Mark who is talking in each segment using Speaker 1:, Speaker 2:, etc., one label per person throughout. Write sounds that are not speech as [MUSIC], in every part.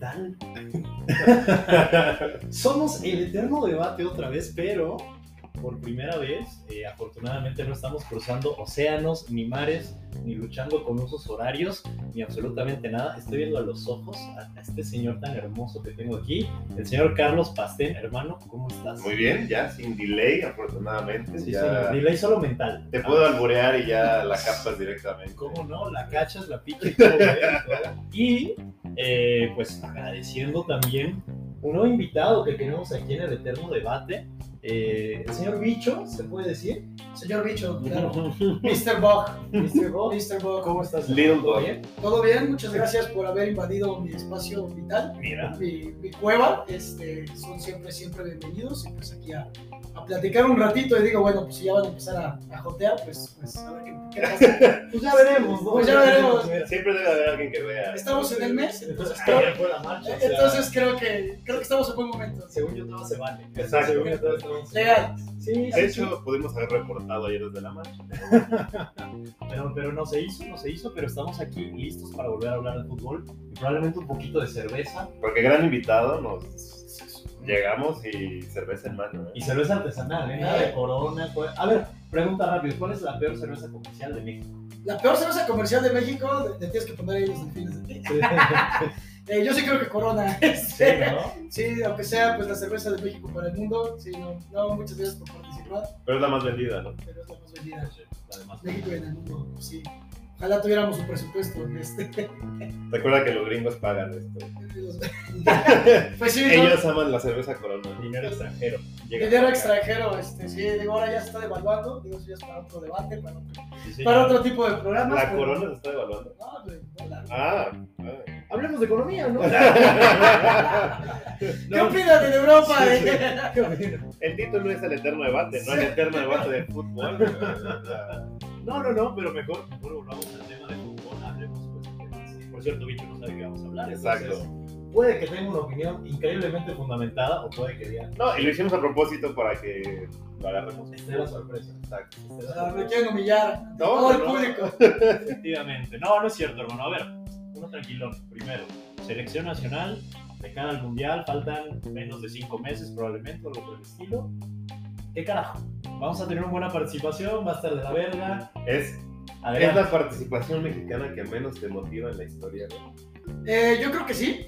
Speaker 1: mal. Somos el eterno debate otra vez, pero por primera vez, eh, afortunadamente no estamos cruzando océanos, ni mares, ni luchando con usos horarios, ni absolutamente nada. Estoy viendo a los ojos a, a este señor tan hermoso que tengo aquí, el señor Carlos Pastén. Hermano, ¿cómo estás?
Speaker 2: Muy bien, ya sin delay, afortunadamente.
Speaker 1: Sí,
Speaker 2: ya
Speaker 1: señor. Delay solo mental. Ah.
Speaker 2: Te puedo alborear y ya la captas directamente.
Speaker 1: ¿Cómo no? La cachas, la pichas y todo. ¿eh? Y eh, pues agradeciendo también un nuevo invitado que tenemos aquí en el Eterno Debate. Eh, el señor Bicho, ¿se puede decir?
Speaker 3: Señor Bicho, claro. Mr. Bog,
Speaker 1: Mr. Bob,
Speaker 3: Mr. Bog.
Speaker 1: ¿cómo estás?
Speaker 2: Little
Speaker 1: ¿Todo
Speaker 2: Bob.
Speaker 1: bien?
Speaker 3: Todo bien, muchas gracias por haber invadido mi espacio vital,
Speaker 1: Mira,
Speaker 3: mi, mi cueva. Este, son siempre, siempre bienvenidos. Y pues aquí a, a platicar un ratito. Y digo, bueno, pues si ya van a empezar a, a jotear, pues, pues a ver qué, qué pasa.
Speaker 1: pues ya veremos,
Speaker 3: Pues ya veremos.
Speaker 1: Mira,
Speaker 2: Siempre debe haber alguien que vea.
Speaker 3: Estamos en el mes, entonces creo,
Speaker 1: ayer fue la marcha, o sea,
Speaker 3: entonces creo, que, creo que estamos en buen momento.
Speaker 1: según yo todo se vale.
Speaker 2: Exacto.
Speaker 1: Según yo todo se vale.
Speaker 3: Legal.
Speaker 1: Sí, sí,
Speaker 2: De
Speaker 1: sí.
Speaker 2: hecho, pudimos haber reportado ayer desde la marcha.
Speaker 1: Pero, pero no se hizo, no se hizo, pero estamos aquí listos para volver a hablar de fútbol y probablemente un poquito de cerveza
Speaker 2: Porque gran invitado, nos llegamos y cerveza en mano.
Speaker 1: y cerveza artesanal, ¿eh? Nada de corona. co- A ver, pregunta rápido, ¿cuál es la peor cerveza comercial de [LAUGHS] México?
Speaker 3: La peor cerveza comercial de México, te tienes que poner ahí los delfines de ti.
Speaker 1: Sí,
Speaker 3: Eh, yo sí creo que Corona. [LAUGHS] este,
Speaker 1: sí, ¿no?
Speaker 3: Sí, aunque sea pues la cerveza de México para el mundo. Sí, no, no muchas gracias por participar,
Speaker 2: Pero es la más vendida, ¿no?
Speaker 3: pero es la más vendida.
Speaker 1: Además,
Speaker 3: México en el mundo, pues, sí. Ojalá tuviéramos un presupuesto. Este, [LAUGHS]
Speaker 2: Recuerda que los gringos pagan esto.
Speaker 3: pues sí, ¿no?
Speaker 2: Ellos aman la cerveza corona.
Speaker 1: dinero extranjero. Llega
Speaker 3: dinero
Speaker 1: acá.
Speaker 3: extranjero, este, sí, digo, ahora ya se está devaluando, digo, eso ya es para otro debate, para otro,
Speaker 1: Sí, señor.
Speaker 3: para otro tipo de programas.
Speaker 2: La
Speaker 3: pero-
Speaker 2: corona se está devaluando.
Speaker 3: No, pues, no, la- [LAUGHS]
Speaker 2: Ah, ah.
Speaker 1: Hablemos de economía, [LAUGHS] ¿no?
Speaker 2: [LAUGHS]
Speaker 3: ¿Qué opinas de Europa?
Speaker 1: Sí,
Speaker 3: eh? [LAUGHS]
Speaker 2: el título es el eterno debate, no el eterno debate de fútbol.
Speaker 1: No, no, no, pero mejor, mejor volvamos al tema de fútbol, hablemos pues de temas. Por cierto, Bicho no sabe qué vamos a hablar.
Speaker 2: Exacto.
Speaker 1: entonces, puede que tenga una opinión increíblemente fundamentada o puede que diga,
Speaker 2: [LAUGHS] No, y lo hicimos a propósito para que lo agarremos.
Speaker 1: esté la sorpresa.
Speaker 2: Exacto.
Speaker 1: esté la
Speaker 3: O sea, Ah, me
Speaker 1: sorpresa.
Speaker 3: quieren humillar ante
Speaker 2: No,
Speaker 3: todo el
Speaker 2: no.
Speaker 3: público.
Speaker 1: Efectivamente. No, no es cierto, hermano. A ver, uno tranquilón. Primero, selección nacional de cara al mundial. Faltan menos de cinco meses probablemente, o algo por el estilo. ¿Qué carajo? Vamos a tener una buena participación, va a estar de la verga.
Speaker 2: Es, es
Speaker 1: Adelante.
Speaker 2: la participación mexicana que menos te motiva en la historia. ¿no?
Speaker 3: Eh, yo creo que sí.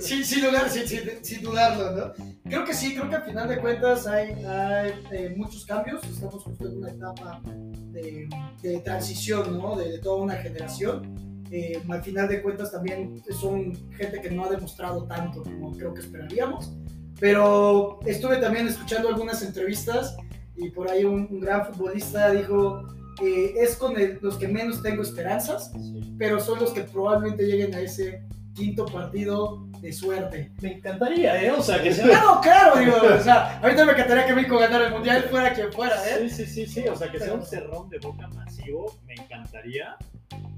Speaker 3: sin, sin dudar- sin- sin- sin dudarlo, ¿no? Creo que sí, creo que al final de cuentas hay, hay, eh, muchos cambios. Estamos justo en una etapa de, de transición, ¿no? De, de toda una generación. Eh, al final de cuentas también son gente que no ha demostrado tanto como creo que esperaríamos. Pero estuve también escuchando algunas entrevistas y por ahí un, un gran futbolista dijo, eh, es con el- los que menos tengo esperanzas
Speaker 1: Sí.
Speaker 3: pero son los que probablemente lleguen a ese quinto partido de suerte.
Speaker 1: Me encantaría, ¿eh? O sea,
Speaker 2: [LAUGHS]
Speaker 1: que sea.
Speaker 3: Claro, claro, digo, o sea, ahorita me encantaría que México ganara el mundial, fuera quien fuera, ¿eh?
Speaker 1: Sí, sí, sí, sí. O sea, que sea un cerrón de boca masivo, me encantaría.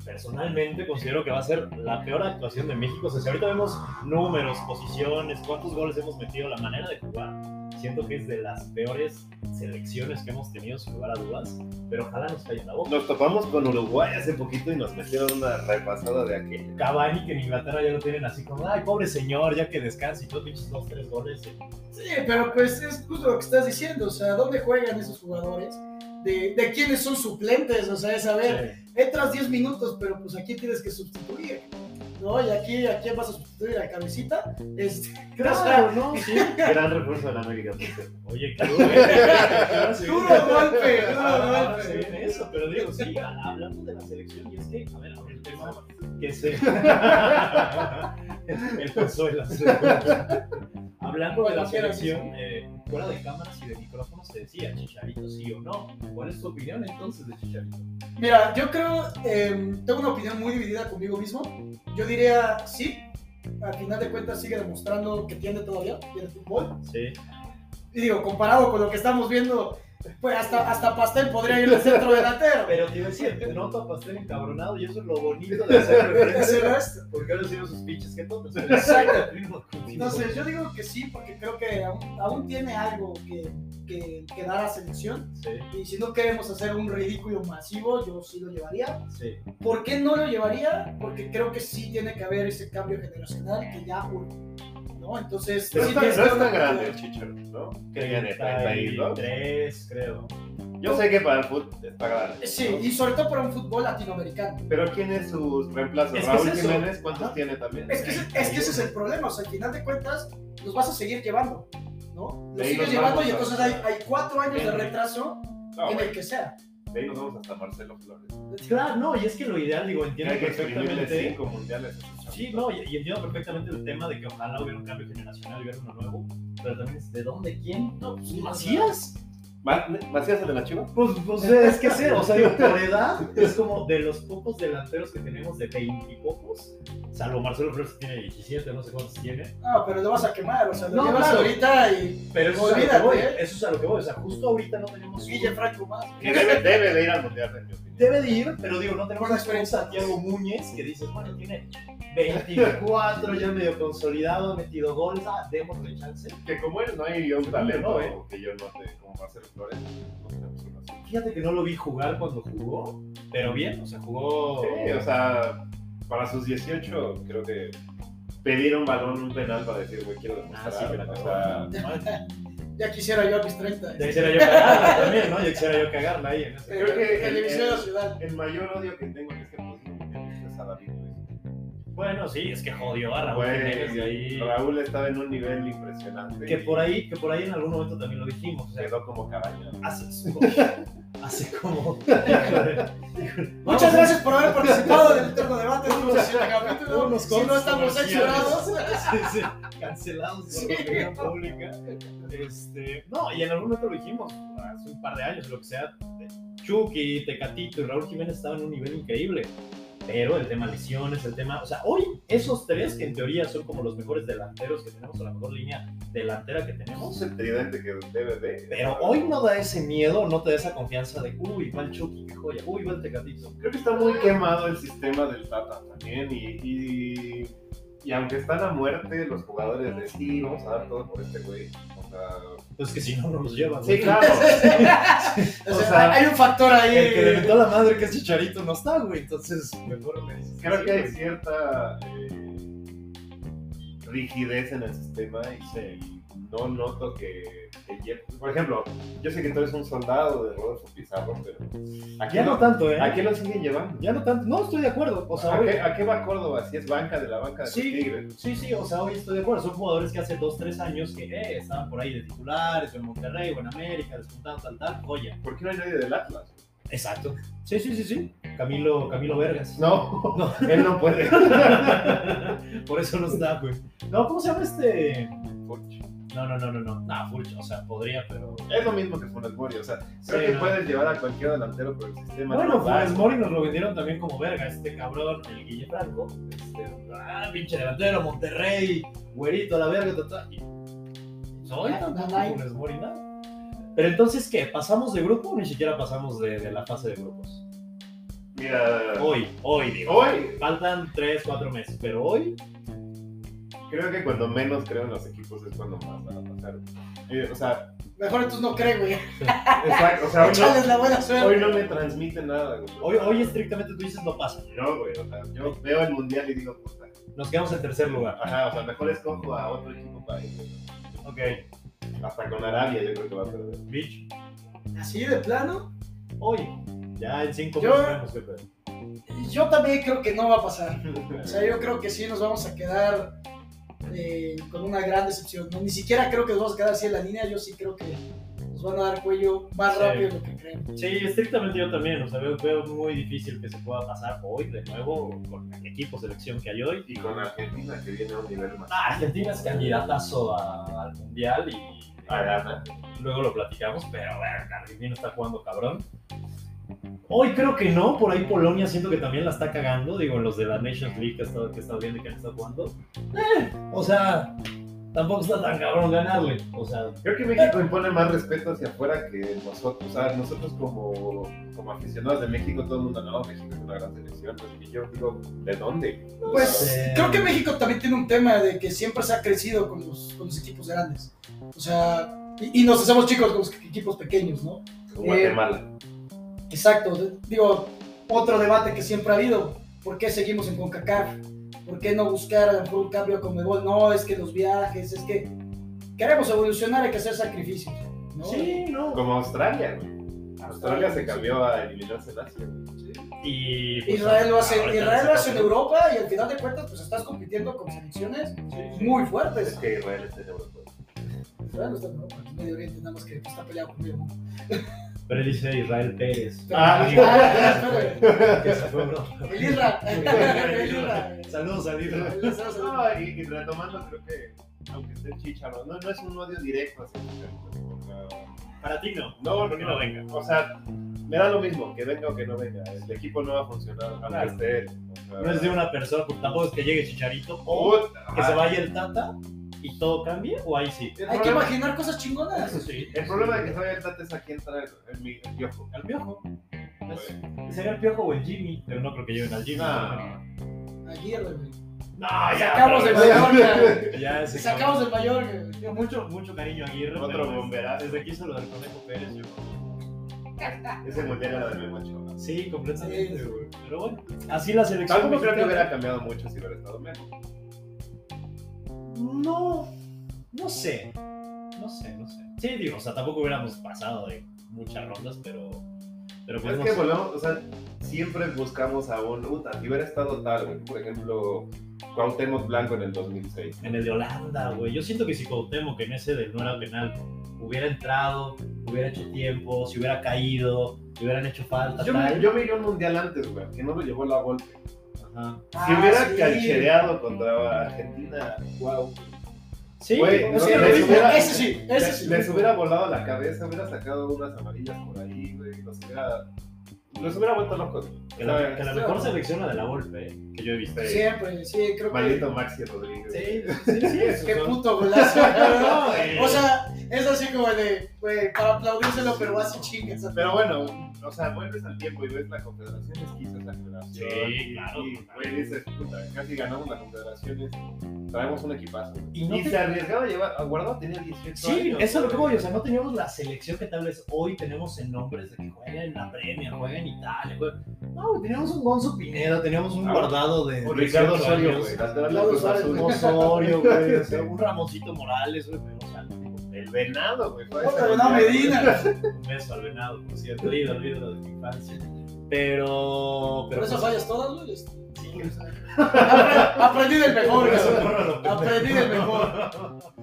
Speaker 1: Personalmente considero que va a ser la peor actuación de México. O sea, si ahorita vemos números, posiciones, cuántos goles hemos metido, la manera de jugar, siento que es de las peores selecciones que hemos tenido, sin lugar a dudas. Pero ojalá nos caiga en la boca.
Speaker 2: Nos topamos con Uruguay hace poquito y nos metieron una repasada de aquella.
Speaker 1: Cavani, que en Inglaterra ya lo tienen así como, ay, pobre señor, ya que descanse y todo, pinches dos, tres goles.
Speaker 3: Sí, pero pues es justo lo que estás diciendo, o sea, ¿dónde juegan esos jugadores? ¿De, de quiénes son suplentes? O sea, es a ver,
Speaker 1: Sí.
Speaker 3: entras 10 minutos, pero pues aquí tienes que sustituir, ¿no? Y aquí, ¿a quién vas a sustituir? ¿A Cabecita? Este, [LAUGHS] o sea,
Speaker 1: Claro, ¿no? Sí.
Speaker 2: Gran refuerzo de la América. por cierto.
Speaker 1: Oye, qué duro, ¿eh?
Speaker 3: Duro golpe, duro
Speaker 1: Ah,
Speaker 3: golpe.
Speaker 1: se viene eso, pero digo, sí, hablando de la selección, y es que, a ver, ahora el tema que se. [LAUGHS] el Consuelas. Hablando de la selección, eh, fuera de cámaras y de micrófonos, se decía, Chicharito sí o no. ¿Cuál es tu opinión entonces de Chicharito?
Speaker 3: Mira, yo creo, eh, tengo una opinión muy dividida conmigo mismo. Yo diría sí, al final de cuentas sigue demostrando que tiene todavía, tiene fútbol.
Speaker 1: Sí,
Speaker 3: Y digo, comparado con lo que estamos viendo Pues hasta, hasta pastel podría ir al centro delantero.
Speaker 1: [LAUGHS] Pero te iba a decir, te noto a pastel encabronado y eso es lo bonito de
Speaker 3: [LAUGHS]
Speaker 1: hacer
Speaker 3: Ese
Speaker 1: referencia.
Speaker 3: no es-
Speaker 1: Porque ahora hicimos sus pinches que [LAUGHS] todos.
Speaker 3: Exacto.
Speaker 1: sé.
Speaker 3: Entonces, yo digo que sí, porque creo que aún, aún tiene algo que, que, que dar a selección.
Speaker 1: Sí,
Speaker 3: Y si no queremos hacer un ridículo masivo, yo sí lo llevaría.
Speaker 1: sí.
Speaker 3: ¿Por qué no lo llevaría? Porque creo que sí tiene que haber ese cambio generacional que ya urge, ¿no? Entonces,
Speaker 2: No
Speaker 3: sí
Speaker 2: es tan,
Speaker 3: tienes
Speaker 2: no
Speaker 3: que-
Speaker 2: es tan grande el chichero, ¿no? Que tiene 32.
Speaker 1: 33, creo.
Speaker 2: Yo sé que para el fútbol está grande.
Speaker 3: Sí, y sobre todo para un fútbol latinoamericano.
Speaker 2: Pero ¿quién es su reemplazo?
Speaker 1: Es que
Speaker 2: Raúl
Speaker 1: es eso.
Speaker 2: Jiménez, ¿cuántos
Speaker 1: Ajá.
Speaker 2: tiene también?
Speaker 3: Es que, ese- es que ese es el problema, o sea, al final de cuentas, los vas a seguir llevando, ¿no? Los
Speaker 2: Ahí
Speaker 3: sigues
Speaker 2: nos
Speaker 3: llevando
Speaker 2: vamos
Speaker 3: y
Speaker 2: a- Ah,
Speaker 3: entonces hay, hay cuatro años de retraso
Speaker 2: No,
Speaker 3: en el
Speaker 2: güey,
Speaker 3: que sea.
Speaker 2: de ahí nos vamos hasta Marcelo Flores.
Speaker 1: Claro, no, y es que lo ideal, digo, entiendo
Speaker 2: Tiene que exprimirle
Speaker 1: perfectamente.
Speaker 2: cinco mundiales. a ese chavo.
Speaker 1: Sí, no, y, y entiendo perfectamente el tema de que ojalá hubiera un cambio generacional, hubiera uno nuevo. Pero también es de dónde, quién. No, pues Macías.
Speaker 2: Ma- ¿Macías el de la Chiva?
Speaker 1: Pues, pues es que sé, o sea, digo, por edad, es como de los pocos delanteros que tenemos de 20 y pocos. Salvo Marcelo Flores que tiene 17, no sé cuántos tiene.
Speaker 3: No, pero lo vas a quemar, o sea, lo
Speaker 1: No,
Speaker 3: llevas
Speaker 1: claro.
Speaker 3: ahorita y
Speaker 1: Pero eso es a lo que
Speaker 3: Olvídate,
Speaker 1: voy,
Speaker 3: ¿eh?
Speaker 1: eso es a lo que voy. O sea, justo ahorita no tenemos.
Speaker 3: Guille Franco más.
Speaker 2: Que debe, debe de ir al mundial, en mi opinión.
Speaker 1: Debe de ir, pero digo, no tenemos
Speaker 3: Por la experiencia.
Speaker 1: Santiago Muñez, que dices, bueno, tiene 24, ya medio consolidado, metido goles, ah, démosle chance.
Speaker 2: Que como él no hay un
Speaker 1: Sí,
Speaker 2: talento
Speaker 1: no, ¿eh?
Speaker 2: que yo no sé, como Marcelo Flores, pues, no tenemos una solución.
Speaker 1: Fíjate que no lo vi jugar cuando jugó, pero bien, o sea, jugó.
Speaker 2: Sí, o sea, para sus 18 creo que pedir un balón, un penal para decir, güey, quiero demostrar.
Speaker 1: Ah, sí, que la
Speaker 2: o
Speaker 1: cagó.
Speaker 2: sea,
Speaker 3: [LAUGHS] Ya quisiera yo a mis Eh, 30.
Speaker 1: Ya quisiera yo cagarla también, ¿no? Ya quisiera yo cagarla ahí en ese.
Speaker 3: Pero
Speaker 2: creo que el-
Speaker 3: televisión de la
Speaker 2: el-
Speaker 3: ciudad.
Speaker 2: el mayor odio que tengo en este posición mundialista es a David Luiz.
Speaker 1: Bueno, sí, es que jodió a Raúl
Speaker 2: Güey,
Speaker 1: Jiménez de ahí.
Speaker 2: Raúl estaba en un nivel impresionante.
Speaker 1: Que
Speaker 2: y
Speaker 1: por ahí, que por ahí en algún momento también lo dijimos. O sea,
Speaker 2: Quedó como cabaña.
Speaker 1: hace,
Speaker 2: [LAUGHS]
Speaker 1: hace como. híjole, híjole. Vamos
Speaker 3: Muchas
Speaker 1: a-
Speaker 3: gracias por haber participado del interno debate número 7
Speaker 1: Hubo
Speaker 3: capítulo.
Speaker 1: unos
Speaker 3: Si no
Speaker 1: cortes
Speaker 3: estamos
Speaker 1: comerciales. [LAUGHS]
Speaker 3: censurados.
Speaker 1: Sí, sí, cancelados por
Speaker 3: Sí.
Speaker 1: la opinión pública. Este, no, y en algún momento lo dijimos, hace un par de años, lo que sea, Chucky, Tecatito y Raúl Jiménez estaban en un nivel increíble. Pero el tema lesiones, el tema. O sea, hoy esos tres, que en teoría son como los mejores delanteros que tenemos, o la mejor línea delantera que tenemos,
Speaker 2: Es el tridente que debe de.
Speaker 1: pero hoy no da ese miedo, no te da esa confianza de, uy, va el Chucky, qué joya, uy, va el Tecatito.
Speaker 2: Creo que está muy quemado el sistema del Tata también y, y, y aunque están a muerte los jugadores de sí, vamos a dar todo por este güey. O sea,
Speaker 1: Pues que si no, no nos llevan.
Speaker 2: sí,
Speaker 1: ¿no? [LAUGHS]
Speaker 2: claro.
Speaker 3: O
Speaker 2: O
Speaker 3: sea,
Speaker 2: sea,
Speaker 3: hay un factor ahí.
Speaker 1: El que le metió la madre que es Chicharito no está, güey. Entonces, mejor me dices.
Speaker 2: Creo
Speaker 1: sí,
Speaker 2: que hay
Speaker 1: güey.
Speaker 2: cierta eh, rigidez en el sistema y y no noto que, que lle- Por ejemplo, yo sé que tú eres un soldado de Rodolfo Pizarro, pero ¿a
Speaker 1: Ya
Speaker 2: quién,
Speaker 1: no
Speaker 2: lo,
Speaker 1: tanto, ¿eh?
Speaker 2: a quién lo siguen llevando?
Speaker 1: Ya no tanto. No, estoy de acuerdo. O sea,
Speaker 2: ¿A,
Speaker 1: hoy.
Speaker 2: qué, a qué va Córdoba? Si es banca de la banca de los
Speaker 1: Sí.
Speaker 2: Tigres.
Speaker 1: Sí, sí, o sea, hoy estoy de acuerdo. Son jugadores que hace dos, tres años que eh, estaban por ahí de titulares, en Monterrey, o en América, despuntados, tal, tal. Oye.
Speaker 2: ¿Por qué no hay nadie del Atlas?
Speaker 1: Exacto. Sí, sí, sí, sí. Camilo, Camilo Vergas.
Speaker 2: No,
Speaker 1: No.
Speaker 2: [LAUGHS] él no puede.
Speaker 1: [LAUGHS] por eso no está, güey. No, ¿cómo se llama este?
Speaker 2: Fuch.
Speaker 1: No, no, no, no, no. Nah, Furch, o sea, podría, pero.
Speaker 2: Es lo mismo que Funes Mori, o sea,
Speaker 1: Sí,
Speaker 2: creo que
Speaker 1: no.
Speaker 2: puedes llevar a cualquier delantero por el sistema.
Speaker 1: Bueno,
Speaker 2: no va.
Speaker 1: Funes Mori nos lo vendieron también como verga, este cabrón, el Guille Franco. Este, ah, pinche delantero, Monterrey, güerito, a la verga, ta, ta. Y- Soy
Speaker 3: Ah,
Speaker 1: tampoco
Speaker 3: ah,
Speaker 1: Funes Mori, nada. Pero entonces, ¿qué? ¿Pasamos de grupo o ni siquiera pasamos de, de la fase de grupos?
Speaker 2: Mira, hoy,
Speaker 1: Hoy, hoy, digo. Faltan 3, 4 meses, pero hoy,
Speaker 2: creo que cuando menos creo en los equipos es cuando más van a pasar. Eh, o sea,
Speaker 3: Mejor entonces no cree, güey.
Speaker 2: exacto, o sea, hoy
Speaker 3: Échales
Speaker 2: no-
Speaker 3: la buena
Speaker 2: hoy no,
Speaker 3: suerte.
Speaker 2: me transmite nada. Güey.
Speaker 1: hoy, hoy estrictamente tú dices no pasa.
Speaker 2: No, güey, o sea, yo veo el mundial y digo, puta.
Speaker 1: Nos quedamos en tercer lugar.
Speaker 2: Ajá, o sea, mejor escojo a otro equipo para ir.
Speaker 1: Ok,
Speaker 2: Hasta con Arabia yo creo que va a perder.
Speaker 1: bitch,
Speaker 3: Así de plano.
Speaker 1: hoy. Ya en 5
Speaker 3: Yo-
Speaker 1: meses vemos qué pedo.
Speaker 3: Yo también creo que no va a pasar. O sea, yo creo que sí nos vamos a quedar eh, con una gran decepción. ¿no? Ni siquiera creo que nos vamos a quedar así en la línea. Yo sí creo que nos van a dar cuello más
Speaker 1: Sí.
Speaker 3: rápido de lo que creemos.
Speaker 1: Sí, estrictamente yo también, o sea, veo, veo muy difícil que se pueda pasar hoy de nuevo con el equipo selección que hay hoy.
Speaker 2: Y con Argentina que viene a un nivel más.
Speaker 1: Ah, Argentina es candidatazo a- al Mundial y
Speaker 2: A ganar.
Speaker 1: luego lo platicamos, pero bueno, Argentina está jugando cabrón. Hoy creo que no, por ahí Polonia siento que también la está cagando, digo, en los de la Nations League que he estado, que he estado viendo y que han estado jugando. Eh, o sea, tampoco está tan cabrón ganarle. O sea,
Speaker 2: Creo que México impone más respeto hacia afuera que nosotros. O sea, nosotros como, como aficionados de México, todo el mundo, no, México es una gran selección. Pues, y yo digo, ¿de dónde?
Speaker 3: Pues
Speaker 1: Eh,
Speaker 3: creo que México también tiene un tema de que siempre se ha crecido con los, con los equipos grandes. O sea, y, y nos hacemos chicos con los equipos pequeños, ¿no?
Speaker 2: Como Guatemala.
Speaker 3: Exacto. de- Digo, otro debate que siempre ha habido. ¿Por qué seguimos en CONCACAF? ¿Por qué no buscar a lo mejor un cambio a Conmebol? No, es que los viajes, es que queremos evolucionar, hay que hacer sacrificios. ¿no?
Speaker 1: sí, no.
Speaker 2: Como Australia, güey. Australia se cambió a eliminarse en Asia. güey.
Speaker 1: Y, pues,
Speaker 3: Israel lo hace,
Speaker 1: ahorita
Speaker 3: Israel lo
Speaker 1: no se
Speaker 3: hace en Europa y al final de cuentas pues estás compitiendo con selecciones muy
Speaker 2: Es
Speaker 3: fuertes.
Speaker 2: que Israel está en Europa.
Speaker 3: Israel no está en Europa, es Medio Oriente, nada más que está peleado con el mundo.
Speaker 1: Pero él dice Israel Pérez.
Speaker 2: Ah.
Speaker 1: Digo,
Speaker 3: Ah, espera.
Speaker 1: que se fue, ¿no?
Speaker 3: El Isra. El Isra.
Speaker 1: Saludos a Israel.
Speaker 3: El Isra se lo-
Speaker 2: No, y, y retomando, creo que, aunque esté Chicharro, no, no es un odio directo hacia Chicharro. o sea,
Speaker 1: Para ti no.
Speaker 2: No, no,
Speaker 1: Porque no venga.
Speaker 2: O sea, me da lo mismo, que venga o que no venga. El equipo no va a funcionar, aunque
Speaker 1: Claro.
Speaker 2: esté él. O sea,
Speaker 1: No es de una persona, porque tampoco es que llegue Chicharito o
Speaker 2: Puta
Speaker 1: que se
Speaker 2: madre.
Speaker 1: vaya el Tata y todo cambie, o ahí sí.
Speaker 2: El
Speaker 3: Hay que
Speaker 2: problema-
Speaker 3: imaginar cosas chingonas.
Speaker 1: sí.
Speaker 2: El problema de que se vaya el Tata es a quién trae el, mi- el piojo.
Speaker 1: Al piojo. Pues, sería el piojo o el Jimmy, pero no creo que lleguen al Jimmy.
Speaker 2: No.
Speaker 3: Aguirre, güey.
Speaker 1: No, ya.
Speaker 3: Sacamos
Speaker 1: otra
Speaker 3: del
Speaker 1: vez.
Speaker 3: Mallorca.
Speaker 1: Ya se
Speaker 3: Sacamos del Mallorca. güey.
Speaker 1: Yo mucho, mucho cariño a Aguirre.
Speaker 2: Otro
Speaker 1: pero, pues,
Speaker 2: bomberazo.
Speaker 1: Desde que hizo lo del Conejo Pérez, yo.
Speaker 2: Ese mundial era de Memo Ochoa.
Speaker 1: Sí, completamente,
Speaker 3: Sí.
Speaker 1: güey. Pero bueno, así la selección.
Speaker 2: Tampoco creo que
Speaker 1: mexicana.
Speaker 2: hubiera cambiado mucho si hubiera estado Memo.
Speaker 1: No, no sé. No sé, no sé. Sí, digo, o sea, tampoco hubiéramos pasado de muchas rondas, pero. Pero pues
Speaker 2: Es
Speaker 1: no
Speaker 2: que
Speaker 1: sé.
Speaker 2: volvemos, o sea, siempre buscamos a un puta, si hubiera estado tal, güey, por ejemplo, Cuauhtémoc Blanco en el 2006.
Speaker 1: En el de Holanda, güey. Yo siento que si Cuauhtémoc en ese del no era penal hubiera entrado, hubiera hecho tiempo, si hubiera caído, le hubieran hecho falta.
Speaker 2: Yo me,
Speaker 1: tal.
Speaker 2: yo me iría un mundial antes, güey, que no lo llevó la golpe.
Speaker 1: Ajá.
Speaker 2: [LAUGHS] Si hubiera
Speaker 3: Ah, sí.
Speaker 2: calchereado contra Argentina, wow.
Speaker 1: Sí,
Speaker 2: Güey,
Speaker 1: o
Speaker 2: no
Speaker 3: Es
Speaker 1: sea,
Speaker 2: sé,
Speaker 3: que lo
Speaker 2: les
Speaker 3: mismo,
Speaker 2: hubiera-
Speaker 3: Ese sí, ese
Speaker 2: Les,
Speaker 3: sí.
Speaker 2: les hubiera volado la cabeza, hubiera sacado unas amarillas por ahí, güey. Los hubiera, los hubiera vuelto locos.
Speaker 1: que la, que la mejor selección la de la golpe, que yo he visto.
Speaker 3: Siempre, sí, creo que.
Speaker 2: Maldito Maxi Rodríguez.
Speaker 1: Sí, sí,
Speaker 2: [LAUGHS]
Speaker 1: sí. esos
Speaker 3: Qué
Speaker 1: son-
Speaker 3: puto golazo.
Speaker 1: [LAUGHS]
Speaker 3: [LAUGHS]
Speaker 1: No,
Speaker 3: ¿no?
Speaker 1: güey.
Speaker 3: O sea, es así como de, güey, para aplaudírselo, pero va así chingas.
Speaker 2: Pero bueno, o sea, vuelves al tiempo y ves la confederación que hizo esa federación.
Speaker 1: Sí, claro.
Speaker 2: Y, güey, dices, puta, casi ganamos la confederación. es- Traemos un equipazo.
Speaker 1: Y
Speaker 2: Y,
Speaker 1: no te-
Speaker 2: se arriesgaba a llevar. a Guardado tenía 18 años.
Speaker 1: Sí, eso es lo que voy,
Speaker 2: güey.
Speaker 1: o sea, no teníamos la selección que tal vez hoy tenemos en nombres de que jueguen en la Premier, jueguen en Italia, jueguen... No, teníamos un Gonzo Pineda, teníamos un
Speaker 2: Ah,
Speaker 1: guardado de
Speaker 2: Un
Speaker 1: de
Speaker 2: Ricardo
Speaker 1: 18
Speaker 2: Osorio,
Speaker 1: años,
Speaker 2: güey. lateral de
Speaker 3: Ricardo
Speaker 2: Cruz
Speaker 3: Osorio,
Speaker 2: Azul. [LAUGHS]
Speaker 1: Un Osorio, güey, o sea, un Ramoncito Morales, güey, pero, o sea,
Speaker 2: El venado, güey. fue
Speaker 3: Puta,
Speaker 2: ese mundial,
Speaker 3: no,
Speaker 2: güey.
Speaker 3: Medina.
Speaker 1: un beso al venado, por cierto, ídolo, ídolo de mi infancia. Pero...
Speaker 3: Por
Speaker 1: pero
Speaker 3: eso
Speaker 1: pues,
Speaker 3: fallas todas, güey. este.
Speaker 1: Sí.
Speaker 3: Apre- Aprendí del mejor,
Speaker 1: Por eso,
Speaker 3: güey.
Speaker 1: córralo, pendejo.
Speaker 3: Aprendí del mejor.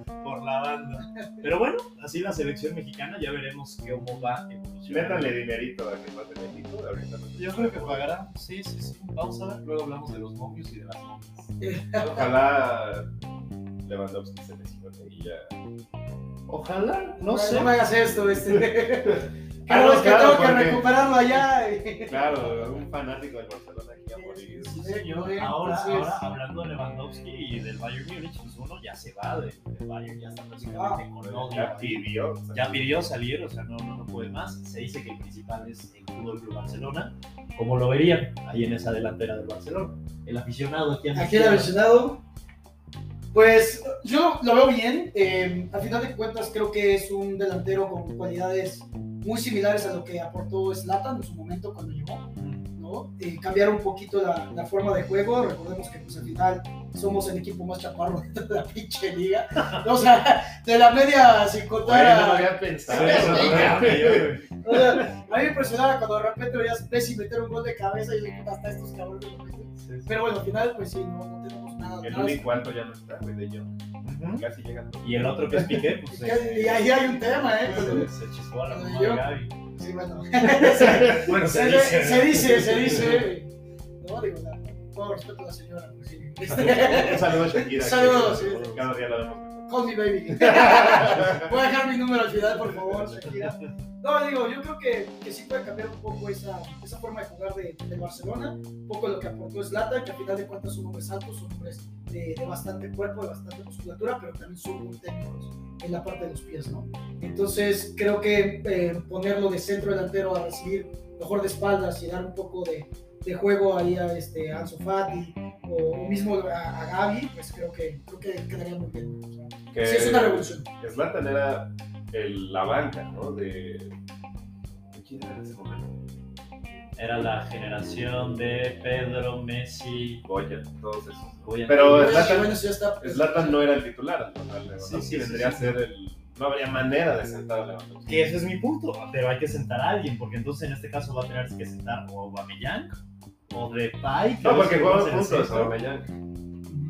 Speaker 1: Por la banda. Pero bueno, así la selección mexicana, ya veremos cómo va evolucionando.
Speaker 2: Métanle dinerito a que pase México. Ahorita no
Speaker 1: Yo creo que pagará. Sí, sí, sí. Vamos a ver. Luego hablamos de los momios y de las momias.
Speaker 2: Ojalá Lewandowski se lesione y ya.
Speaker 1: [LAUGHS] Ojalá, no
Speaker 3: Ay,
Speaker 1: sé.
Speaker 3: No me hagas esto, este.
Speaker 2: [LAUGHS] Ah,
Speaker 3: Claro,
Speaker 2: no,
Speaker 3: es que
Speaker 2: claro,
Speaker 3: tengo que
Speaker 2: porque-
Speaker 3: recuperarlo allá. eh. y-
Speaker 2: Claro, un fanático del Barcelona aquí a morir.
Speaker 1: Sí, eh, señor.
Speaker 3: Sí,
Speaker 1: Ahora,
Speaker 3: así
Speaker 1: ahora
Speaker 3: es.
Speaker 1: hablando de Lewandowski y del Bayern Múnich, pues uno ya se va de- del Bayern, ya está prácticamente con
Speaker 2: Ah, ya
Speaker 1: novia.
Speaker 2: pidió. o sea,
Speaker 1: Ya pidió salir, o sea, no, no, no puede más. Se dice que el principal es el Fútbol Club Barcelona, como lo verían ahí en esa delantera del Barcelona. El aficionado aquí en
Speaker 3: Aquí el aficionado. Pues yo lo veo bien. eh, a final de cuentas, creo que es un delantero con cualidades muy similares a lo que aportó Slatan en su momento cuando llegó. ¿no? Eh, cambiar un poquito la, la forma de juego. Recordemos que pues, al final somos el equipo más chaparro [LAUGHS] de la pinche liga. O sea, de la media sin contar
Speaker 2: Güey, no lo
Speaker 3: a-
Speaker 2: había pensado.
Speaker 3: Sí,
Speaker 2: no lo
Speaker 3: sí,
Speaker 2: había
Speaker 1: güey.
Speaker 2: pensado.
Speaker 3: o sea, a mí me impresionaba cuando de repente veías Messi meter un gol de cabeza y yo, "Puta, hasta estos cabrones. lo meten". Pero bueno, al final, pues sí, no, no tenemos nada.
Speaker 2: El
Speaker 3: nada
Speaker 2: único alto ya no está, güey, de yo.
Speaker 1: Ujú.
Speaker 2: Casi
Speaker 3: [LAUGHS]
Speaker 2: llegan todos.
Speaker 1: Y el otro que es Piqué, pues. eh,
Speaker 3: Y ahí hay un tema, ¿eh?
Speaker 1: se, se chispó a la mamá de
Speaker 3: Yo-
Speaker 1: Gaby.
Speaker 3: Sí, [LAUGHS] bueno.
Speaker 1: Bueno,
Speaker 3: se, dice, se dice, se dice. No, digo, la- todo respeto a la señora. pues sí. [LAUGHS]
Speaker 2: Un saludo, Shakira.
Speaker 3: Saludos,
Speaker 2: que
Speaker 3: sí.
Speaker 2: Cada día la vemos mejor.
Speaker 3: Call me [LAUGHS] baby. Voy a dejar mi número al final, por favor, Shakira. No, digo, yo creo que, que sí puede cambiar un poco esa, esa forma de jugar de- del Barcelona. Un poco lo que aportó Zlatan, que al final de cuentas son hombres altos, son hombres de, de bastante cuerpo, de bastante musculatura, pero también son muy técnicos en la parte de los pies, ¿no? Entonces, creo que eh, ponerlo de centro delantero a recibir mejor de espaldas y dar un poco de, de juego ahí a este a Ansu Fati o, o mismo a, a Gaby, pues creo que, creo que quedaría muy bien. O sea,
Speaker 2: Que
Speaker 3: sí, es una revolución.
Speaker 2: Zlatan era el- la banca, ¿no? De... ¿de quién era en ese momento?
Speaker 1: Era la generación de Pedro, Messi.
Speaker 2: Goya, todos esos. ¿no?
Speaker 1: Goya.
Speaker 2: Pero
Speaker 3: Bueno,
Speaker 2: Zlatan,
Speaker 3: bueno, eso ya está.
Speaker 2: Zlatan no era el titular. ¿no? Lewandowski
Speaker 1: Sí, sí, sí,
Speaker 2: vendría
Speaker 1: sí.
Speaker 2: a ser el... No habría manera de sentar a Lewandowski.
Speaker 1: Que ese es mi punto, pero hay que sentar a alguien, porque entonces en este caso va a tener que sentar o a Aubameyang o de Pai.
Speaker 2: No, porque jugaban juntos, Aubameyang.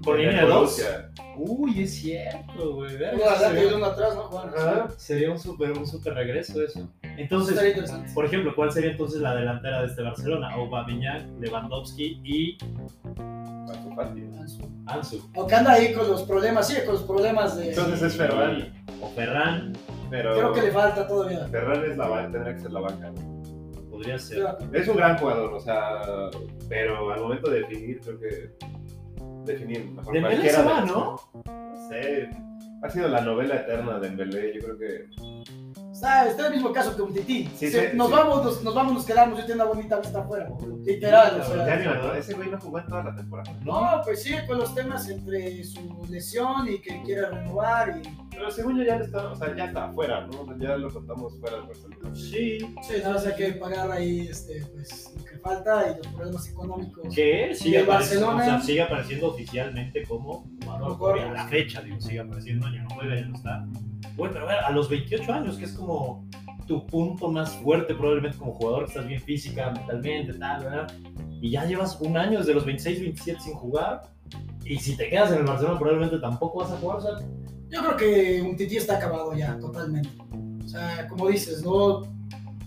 Speaker 1: Por
Speaker 2: En el
Speaker 1: línea de dos.
Speaker 2: Borussia.
Speaker 1: Uy, es cierto, güey. verga,
Speaker 3: Uno adelante y
Speaker 1: sería,
Speaker 3: uno atrás, ¿no? Juan?
Speaker 2: Ajá.
Speaker 1: sería un super, un super regreso eso.
Speaker 3: Entonces,
Speaker 1: Entonces,
Speaker 3: estaría interesante.
Speaker 1: por ejemplo, ¿cuál sería entonces la delantera de este Barcelona? Aubameyang, Lewandowski y
Speaker 2: Ansu Fati.
Speaker 1: Ansu.
Speaker 3: Aunque anda ahí con los problemas, sí, con los problemas de...
Speaker 2: Entonces es Ferran.
Speaker 1: O Ferran,
Speaker 2: Pero
Speaker 3: Creo que le falta todavía.
Speaker 2: Ferran es la banca, tendría que ser la banca. ¿no?
Speaker 1: podría ser.
Speaker 3: Pero-
Speaker 2: Es un gran jugador, o sea, pero al momento de definir, creo que definir mejor
Speaker 1: Dembélé
Speaker 2: cualquiera
Speaker 1: se va,
Speaker 2: los-
Speaker 1: ¿no?
Speaker 2: No sé, ha sido la novela eterna de Dembélé, yo creo que
Speaker 3: Está, está el mismo caso que un tití.
Speaker 2: Sí,
Speaker 3: Se-
Speaker 2: sí,
Speaker 3: nos,
Speaker 2: sí.
Speaker 3: Vamos, nos, nos vamos, nos quedamos. Yo tengo una bonita vista afuera. Literal, o
Speaker 1: Sí,
Speaker 2: Ya
Speaker 3: sea.
Speaker 2: ni me acuerdo, ese güey no jugó en toda la temporada.
Speaker 3: No, pues sigue con los temas entre su lesión y que quiere renovar. Y,
Speaker 2: Pero según yo ya está, o sea, ya está afuera, ¿no? Ya lo contamos fuera del Barcelona.
Speaker 1: Sí.
Speaker 3: sí, nada más hay que pagar ahí este, pues, lo que falta y los problemas económicos.
Speaker 1: que sigue
Speaker 3: el
Speaker 1: apareciendo,
Speaker 3: Barcelona-
Speaker 1: o sea, sigue apareciendo oficialmente como jugador
Speaker 3: Jugador.
Speaker 1: coreano. a la fecha, digo, sigue apareciendo, ya no juega, ya no está. Bueno, pero a ver, a los 28 años, que es como tu punto más fuerte probablemente como jugador, que estás bien física, mentalmente, tal, ¿verdad? Y ya llevas un año desde los 26, 27 sin jugar. Y si te quedas en el Barcelona probablemente tampoco vas a jugar, o sea,
Speaker 3: Yo creo que un tití está acabado ya, totalmente. O sea, como dices, ¿no?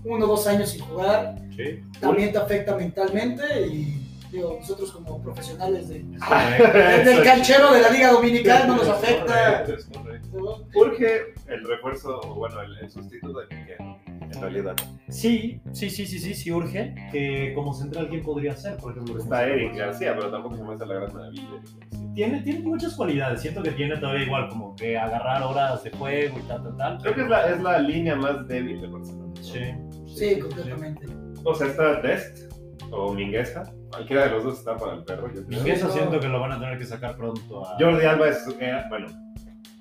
Speaker 3: Uno o dos años sin jugar.
Speaker 1: sí.
Speaker 3: también te afecta mentalmente y digo, nosotros como profesionales de, del
Speaker 2: Eso
Speaker 3: canchero de la Liga Dominicana no nos
Speaker 2: es
Speaker 3: afecta.
Speaker 2: correcto, es correcto.
Speaker 3: ¿no?
Speaker 2: Urge el refuerzo, o bueno, el, el sustituto de Piqué, ¿no? en realidad. pues,
Speaker 1: Sí, sí, sí, sí, sí, sí, urge que como central, ¿quién podría ser? Por ejemplo, como
Speaker 2: Pues Está
Speaker 1: central?
Speaker 2: Eric García, pero tampoco se me hace la gran maravilla. Eric García.
Speaker 1: tiene, tiene muchas cualidades. Siento que tiene todavía igual, como que agarrar horas de juego y tal, tal, tal.
Speaker 2: Creo que es la, es la línea más débil de Barcelona. ¿no?
Speaker 1: Sí,
Speaker 3: Sí, completamente.
Speaker 2: O sea, está Dest o Mingueza. Cualquiera de los dos está para el perro, yo creo.
Speaker 1: Y eso siento que lo van a tener que sacar pronto a,
Speaker 2: Jordi Alba es, era, bueno,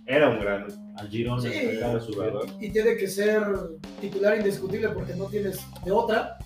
Speaker 2: era un gran
Speaker 1: al Girón.
Speaker 3: Sí.
Speaker 2: jugador.
Speaker 3: Y tiene que ser titular indiscutible porque no tienes de otra.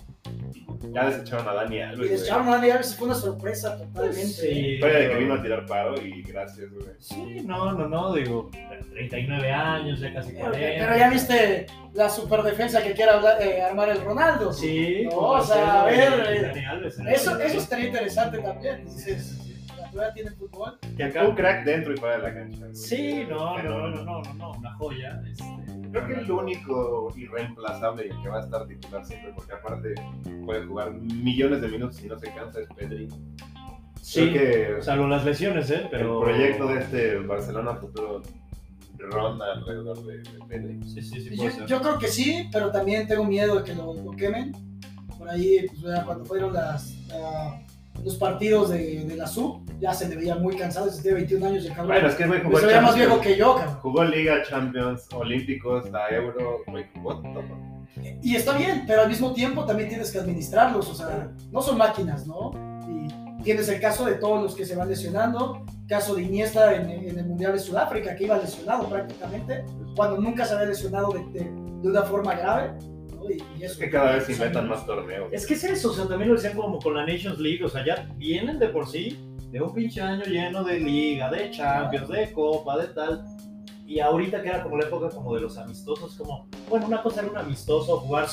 Speaker 2: Ya desecharon a Dani
Speaker 3: Y
Speaker 2: Alves. güey.
Speaker 3: desecharon a Dani Alves fue una sorpresa totalmente.
Speaker 1: Pues Sí,
Speaker 2: Historia de que vino a tirar paro y gracias, güey.
Speaker 1: sí, no, no, no, digo, 39 años, ya casi
Speaker 3: Pero,
Speaker 1: 40.
Speaker 3: Eh, pero ya viste la superdefensa que quiere hablar- eh, armar el Ronaldo.
Speaker 1: Sí,
Speaker 3: No,
Speaker 1: con
Speaker 3: o sea, a
Speaker 1: Marcelo
Speaker 3: ver,
Speaker 1: y
Speaker 3: eh,
Speaker 1: Dani Alves en el
Speaker 3: Eso,
Speaker 1: Madrid.
Speaker 3: eso estaría interesante también. Dices, la ciudad tiene fútbol.
Speaker 1: Que acá-
Speaker 2: Un crack dentro y fuera de la cancha. güey.
Speaker 1: Sí, no, no,
Speaker 2: Pero
Speaker 1: no, no, no, no, una joya. Este,
Speaker 2: Creo que el único irreemplazable y el que va a estar titular siempre, porque aparte puede jugar millones de minutos y no se cansa, es Pedri.
Speaker 1: Sí,
Speaker 2: Creo que
Speaker 1: salvo las lesiones, ¿eh? Pero...
Speaker 2: el proyecto de este Barcelona futuro ronda alrededor de, de Pedri.
Speaker 1: Sí, sí, sí, puede
Speaker 3: Yo,
Speaker 1: ser.
Speaker 3: yo creo que sí, pero también tengo miedo de que lo, lo quemen. Por ahí, pues, ya cuando fueron las, la- los partidos de, de la SUB, ya se le veía muy cansado, desde 21 años de cabrón.
Speaker 2: Bueno, es que güey jugó
Speaker 3: Pues se veía más
Speaker 2: Champions.
Speaker 3: viejo que yo, cabrón.
Speaker 2: Jugó Liga, Champions, Olímpicos, la Euro, güey, jugó todo.
Speaker 3: Y está bien, pero al mismo tiempo también tienes que administrarlos, o sea, no son máquinas, ¿no? Y tienes el caso de todos los que se van lesionando, caso de Iniesta en, en el Mundial de Sudáfrica, que iba lesionado prácticamente, cuando nunca se había lesionado de, de- de una forma grave, ¿no? Y, y
Speaker 2: Es
Speaker 3: eso,
Speaker 2: que cada vez se inventan más torneos.
Speaker 1: Es que es eso, o sea, también lo decían como con la Nations League, o sea, ya vienen de por sí de un pinche año lleno de liga, de Champions, de Copa, de tal. Y ahorita que era como la época como de los amistosos, como, bueno, una cosa era un amistoso, jugar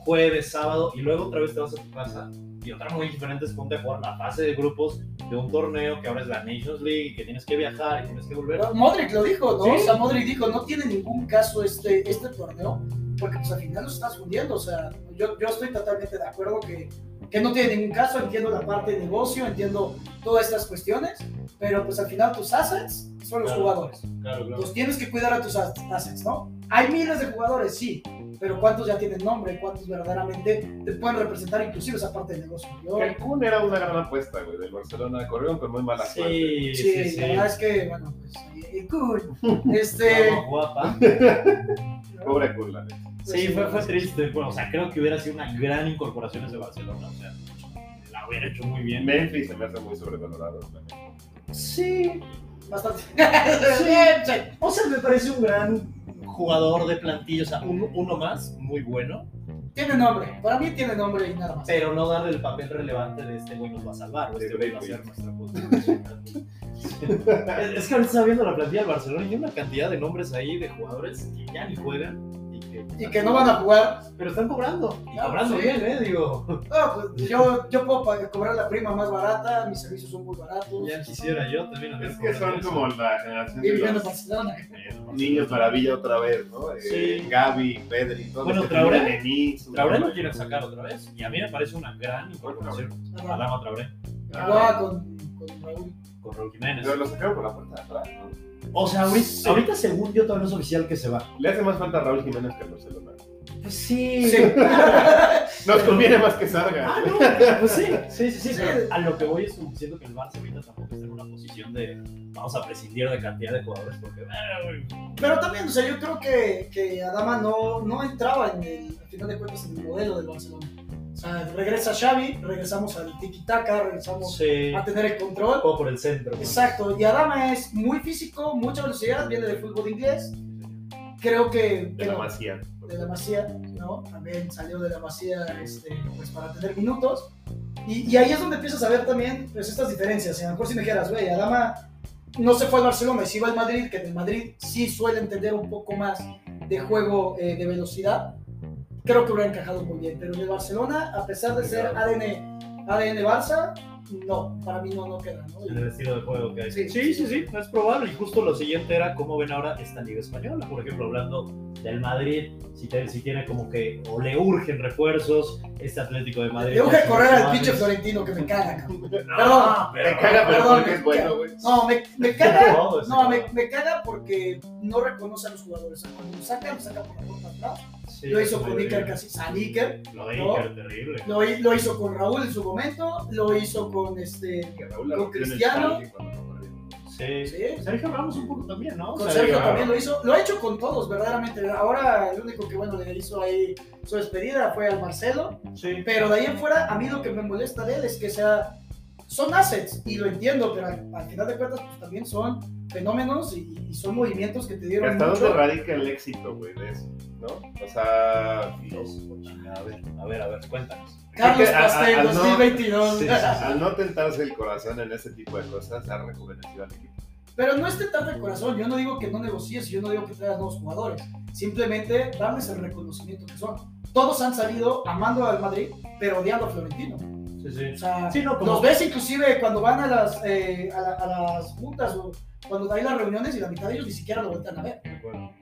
Speaker 1: jueves, sábado, y luego otra vez te vas a tu casa. Y otra muy diferente es ponte a jugar la fase de grupos de un torneo que ahora es la Nations League, y que tienes que viajar y tienes que volver.
Speaker 3: Pero Modric lo dijo, ¿no?
Speaker 1: Sí.
Speaker 3: O sea, Modric dijo, no tiene ningún caso este, este torneo, porque pues al final lo estás hundiendo, o sea, yo, yo estoy totalmente de acuerdo que, que no tiene ningún caso, entiendo la parte de negocio, entiendo todas estas cuestiones, Pero pues al final tus assets son los
Speaker 1: Claro.
Speaker 3: jugadores.
Speaker 1: Claro, claro.
Speaker 3: Los tienes que cuidar a tus as- assets, ¿no? Hay miles de jugadores, sí, pero ¿cuántos ya tienen nombre? ¿Cuántos verdaderamente te pueden representar inclusive esa parte del negocio? Yo-
Speaker 2: Cancún era una gran apuesta, güey, del Barcelona. Corrieron con muy mala suerte.
Speaker 1: Sí, sí,
Speaker 3: Sí,
Speaker 1: sí.
Speaker 3: la verdad es que, bueno, pues, eh, cool.
Speaker 1: [LAUGHS]
Speaker 3: Este,
Speaker 1: Vamos, guapa.
Speaker 2: Pobre Kun, la neta.
Speaker 3: pues,
Speaker 1: Sí, fue, fue triste. Bueno, o sea, creo que hubiera sido una gran incorporación ese Barcelona. O sea, la hubiera hecho muy bien.
Speaker 2: Memphis se me hace muy sobrevalorado. la neta.
Speaker 3: Sí, bastante. [LAUGHS]
Speaker 1: Sí, o sea, me parece un gran jugador de plantilla. O sea, uno, uno más, muy bueno.
Speaker 3: Tiene nombre, para mí tiene nombre y nada más.
Speaker 1: Pero no darle el papel relevante de este güey nos va a salvar. O
Speaker 2: De
Speaker 1: este güey va a
Speaker 2: Braithwaite.
Speaker 1: ser nuestra [LAUGHS] puta. Es- Es que ahorita estaba viendo la plantilla del Barcelona y hay una cantidad de nombres ahí de jugadores que ya ni juegan. Y que, pues,
Speaker 3: Y que no van a jugar.
Speaker 1: Pero están cobrando. Y
Speaker 3: Claro,
Speaker 1: cobrando
Speaker 3: sí.
Speaker 1: bien, ¿eh? Digo,
Speaker 3: No, pues yo, yo puedo pa- cobrar la prima más barata, mis servicios son muy baratos.
Speaker 1: ya quisiera yo también. haber
Speaker 2: Es que son
Speaker 1: cobrado
Speaker 2: como la generación
Speaker 3: Y
Speaker 2: de
Speaker 3: viviendo en
Speaker 2: los
Speaker 3: Barcelona. ¿eh?
Speaker 2: niños maravilla otra vez, ¿no? Eh,
Speaker 1: Sí.
Speaker 2: Gaby, Pedri, este todos
Speaker 1: Bueno,
Speaker 2: los que
Speaker 1: Traoré.
Speaker 2: tenían Denis,
Speaker 1: Traoré lo
Speaker 2: Suárez.
Speaker 1: quieren sacar otra vez. Y a mí me parece una gran incorporación.
Speaker 3: Ajá.
Speaker 1: Adama Traoré Ah.
Speaker 3: Jugaba con, con Raúl.
Speaker 1: con Raúl Jiménez.
Speaker 2: Pero lo sacaron por la puerta de atrás, ¿no?
Speaker 1: O sea, ahorita, ahorita según yo todavía no es oficial que se va.
Speaker 2: Le hace más falta a Raúl Jiménez que al Barcelona.
Speaker 1: Pues sí. [LAUGHS]
Speaker 3: Sí.
Speaker 2: Nos conviene más que salga.
Speaker 1: Ah, no, pues sí. Sí, sí, sí.
Speaker 3: Sí.
Speaker 1: pero a lo que voy es como diciendo que el Barça ahorita tampoco está en una posición de vamos a prescindir de cantidad de jugadores porque. ah, güey.
Speaker 3: Pero también, o sea, yo creo que, que Adama no, no entraba en el, al final de cuentas, en el modelo del Barcelona. O sea, regresa Xavi, regresamos al tiki-taka, regresamos
Speaker 1: Sí.
Speaker 3: a tener el control.
Speaker 1: Poco por el centro. güey.
Speaker 3: Exacto, y Adama es muy físico, mucha velocidad, viene del fútbol inglés. Creo que.
Speaker 2: De
Speaker 3: que
Speaker 2: la
Speaker 3: no-
Speaker 2: masía.
Speaker 3: de la Masía, ¿no? También salió de la Masía este, pues, para tener minutos. Y, y ahí es donde empiezas a ver también pues, estas diferencias. Y a lo mejor si me dijeras, güey, Adama no se fue al Barcelona y sí va al Madrid, que en el Madrid sí suele entender un poco más de juego eh, de velocidad, creo que hubiera encajado muy bien. Pero en el Barcelona, a pesar de ser ADN, ADN Barça, no, para mí no, no queda, ¿no?
Speaker 1: En el estilo de juego que hay.
Speaker 3: Sí.
Speaker 1: sí, sí, sí, es probable. Y justo lo siguiente era cómo ven ahora esta liga española. Por ejemplo, hablando del Madrid, si, te- si tiene como que o le urgen refuerzos, este Atlético de Madrid.
Speaker 3: Tengo que correr al
Speaker 1: Suárez.
Speaker 3: pinche Florentino que me caga, cabrón. Perdón.
Speaker 1: No,
Speaker 2: Me caga, pero
Speaker 3: Perdón,
Speaker 2: porque es bueno, güey.
Speaker 3: No, me, me caga
Speaker 1: Todo ese
Speaker 3: No,
Speaker 1: cabrón.
Speaker 3: me, me caga porque no reconoce a los jugadores. O sea, cuando lo sacan, lo sacan por la puerta atrás.
Speaker 1: Sí,
Speaker 3: Lo hizo con
Speaker 1: terrible.
Speaker 3: Iker casi a Iker.
Speaker 1: Lo de
Speaker 3: ¿no?
Speaker 1: Iker, terrible.
Speaker 3: Lo, hi- lo hizo con Raúl en su momento. Lo hizo con este.
Speaker 2: Que Raúl la
Speaker 3: Con
Speaker 2: rompió en el
Speaker 3: Cristiano.
Speaker 2: Schalke cuando lo corrieron.
Speaker 1: Sí.
Speaker 3: Sí.
Speaker 1: Sergio Ramos un poco también, ¿no?
Speaker 3: Con
Speaker 1: O sea,
Speaker 3: Sergio
Speaker 1: digo,
Speaker 3: también lo hizo. Lo ha hecho con todos, verdaderamente. Ahora, el único que bueno le hizo ahí su despedida fue al Marcelo.
Speaker 1: Sí.
Speaker 3: Pero de ahí en fuera, a mí lo que me molesta de él es que sea. Son assets, y lo entiendo, pero al, al final de cuentas, pues también son fenómenos y, y son movimientos que te
Speaker 2: Que
Speaker 3: dieron.
Speaker 2: ¿Hasta dónde
Speaker 3: mucho.
Speaker 2: radica el éxito, güey, de eso? ¿No? O sea,
Speaker 1: A ver, a ver, a ver, cuéntanos.
Speaker 3: Carlos
Speaker 2: Es que a- a-
Speaker 3: Pastel,
Speaker 2: a- no.
Speaker 3: 2022.
Speaker 1: Sí, sí, sí.
Speaker 2: [LAUGHS] al no tentarse el corazón en ese tipo de cosas, ha rejuvenecido al equipo.
Speaker 3: [LAUGHS] Pero no es tentar de corazón. Yo no digo que no negocies, yo no digo que traigas nuevos jugadores. Simplemente darles el reconocimiento que son. Todos han salido amando al Madrid, pero odiando a Florentino.
Speaker 1: Sí,
Speaker 3: O
Speaker 1: sí.
Speaker 3: sea,
Speaker 1: Sí, no, como-
Speaker 3: los ves inclusive cuando van a las, eh, a la- a las juntas o cuando hay las reuniones y la mitad de ellos ni siquiera lo vuelven a ver.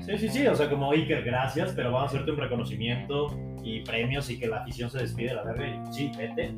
Speaker 1: Sí, sí, sí. O sea, como Iker, gracias, pero van a hacerte un reconocimiento y premios y que la afición se despide la verga. y, Sí, vete.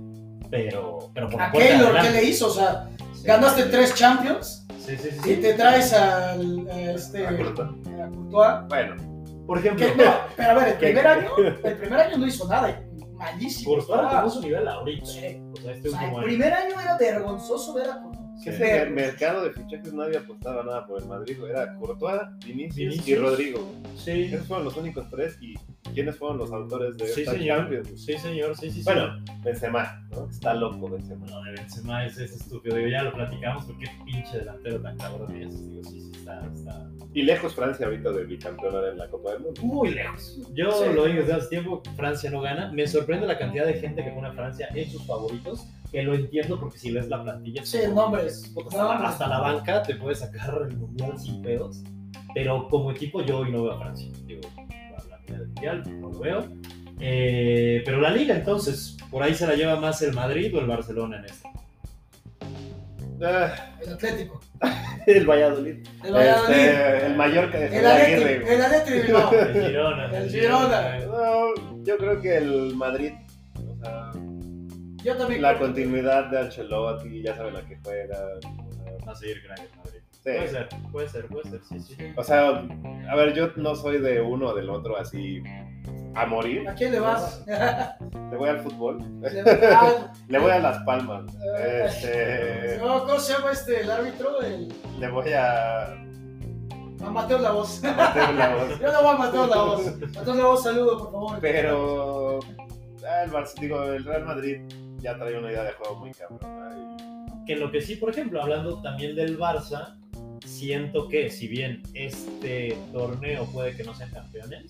Speaker 1: Pero, pero por la
Speaker 3: A
Speaker 1: puerta de
Speaker 3: Keylor, ¿qué
Speaker 1: adelante.
Speaker 3: le hizo? O sea,
Speaker 1: Sí.
Speaker 3: ganaste tres Champions
Speaker 1: Sí, sí, sí.
Speaker 3: y
Speaker 1: sí.
Speaker 3: te traes al, a este,
Speaker 2: Ah,
Speaker 3: a
Speaker 2: correcto.
Speaker 3: Courtois.
Speaker 2: Bueno,
Speaker 1: Por ejemplo,
Speaker 3: Que no, pero a ver, el
Speaker 2: ¿Qué?
Speaker 3: primer año, el primer año no hizo nada. Malísimo.
Speaker 1: por favor,
Speaker 3: estaba-
Speaker 1: tomó su nivel ahorita.
Speaker 3: Ah. Sí.
Speaker 1: O sea, este
Speaker 3: O sea, el
Speaker 1: último año.
Speaker 3: primer año era vergonzoso ver a Courtois.
Speaker 2: que
Speaker 1: Sí.
Speaker 2: ese mer- mercado de fichajes nadie apostaba nada por el Madrid, güey. Era Courtois, Vinicius, y
Speaker 1: Vinicius.
Speaker 2: Rodrigo.
Speaker 1: Sí.
Speaker 2: Esos fueron los únicos tres y quiénes fueron los autores de
Speaker 1: Sí,
Speaker 2: esta
Speaker 1: señor.
Speaker 2: Champions.
Speaker 1: Sí, señor. Sí, sí, sí.
Speaker 2: Bueno, Benzema, ¿no? Está loco Benzema.
Speaker 1: Lo de Benzema es, es estúpido. Digo, ya lo platicamos, pero qué pinche delantero tan cabrón es. Digo, sí, sí, está, está
Speaker 2: Y lejos Francia ahorita de bicampeona en la Copa del Mundo.
Speaker 1: muy lejos. Yo
Speaker 3: Sí.
Speaker 1: lo digo desde hace tiempo, Francia no gana. Me sorprende la cantidad de gente que pone a Francia en sus favoritos, que lo entiendo porque si ves la plantilla...
Speaker 3: Sí,
Speaker 1: es como-
Speaker 3: nombres.
Speaker 1: puta, Hasta, la,
Speaker 3: Nombres.
Speaker 1: hasta la banca te puede sacar el Mundial sin pedos, pero como equipo yo hoy no veo a Francia. Digo, a la mitad del Mundial no lo veo. Eh, pero la liga entonces, por ahí se la lleva más el Madrid o el Barcelona en este. esta.
Speaker 2: Ah,
Speaker 3: El Atlético.
Speaker 2: el Valladolid.
Speaker 3: [LAUGHS] El Valladolid.
Speaker 2: Este, el Mallorca de
Speaker 3: el
Speaker 2: Javier
Speaker 3: Atleti.
Speaker 2: Aguirre, güey.
Speaker 3: El Atleti de Bilbao.
Speaker 1: El Girona.
Speaker 3: El Girona.
Speaker 2: No, yo creo que el Madrid. O sea,
Speaker 3: Yo también.
Speaker 2: la
Speaker 3: creo que-
Speaker 2: continuidad de Ancelotti, ya saben a qué juega. o sea,
Speaker 1: a seguir grandes Madrid.
Speaker 2: Sí.
Speaker 1: Puede ser, puede ser, puede ser, Ah, sí, sí.
Speaker 2: O sea, a ver, yo no soy de uno o del otro así a morir.
Speaker 3: ¿A quién le
Speaker 1: [LAUGHS]
Speaker 3: vas?
Speaker 2: Le voy al fútbol,
Speaker 3: Le vas-
Speaker 2: le voy a Las Palmas,
Speaker 3: Eh,
Speaker 2: este,
Speaker 3: no, ¿Cómo se llama este, el árbitro? El,
Speaker 2: le voy a
Speaker 3: a Mateo La Voz. Yo
Speaker 2: meter la voz.
Speaker 3: no voy a Mateo La Voz. Mateo La Voz, saludo, por favor.
Speaker 2: Pero ah, el, Barça- digo, el Real Madrid ya trae una idea de juego muy cabrón.
Speaker 1: Que lo que sí, por ejemplo, hablando también del Barça, siento que si bien este torneo puede que no sean campeones,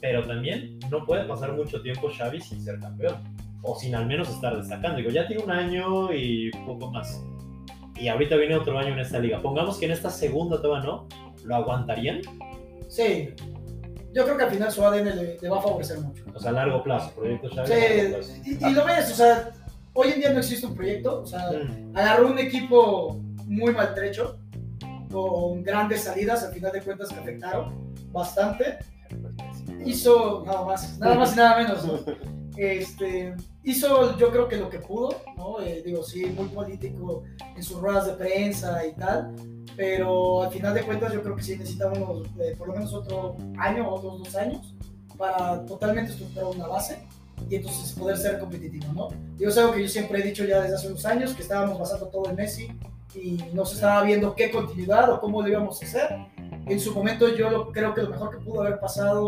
Speaker 1: pero también no puede pasar mucho tiempo Xavi sin ser campeón o sin al menos estar destacando. Digo, ya tiene un año y poco más. Y ahorita viene otro año en esta liga. Pongamos que en esta segunda toma no, ¿lo aguantarían?
Speaker 3: Sí. Yo creo que al final su ADN le, le va a favorecer mucho.
Speaker 1: O sea, a largo plazo, proyecto Xavi.
Speaker 3: Sí,
Speaker 1: a largo plazo.
Speaker 2: pues, Ah.
Speaker 3: y, y lo ves, o sea, hoy en día no existe un proyecto, o sea,
Speaker 1: Mm,
Speaker 3: agarró un equipo muy maltrecho, con grandes salidas, al final de cuentas que afectaron bastante.
Speaker 2: pues,
Speaker 3: Hizo nada más, nada más y nada menos. ¿no? Este, hizo yo creo que lo que pudo, ¿no? Eh, digo, sí, muy político en sus ruedas de prensa y tal, pero al final de cuentas yo creo que sí necesitamos eh, por lo menos otro año, otros dos años, para totalmente estructurar una base y entonces poder ser competitivo, ¿no? Yo es algo que yo siempre he dicho ya desde hace unos años, que estábamos basando todo en Messi y no se estaba viendo qué continuidad o cómo lo íbamos a hacer. En su momento yo lo- creo que lo mejor que pudo haber pasado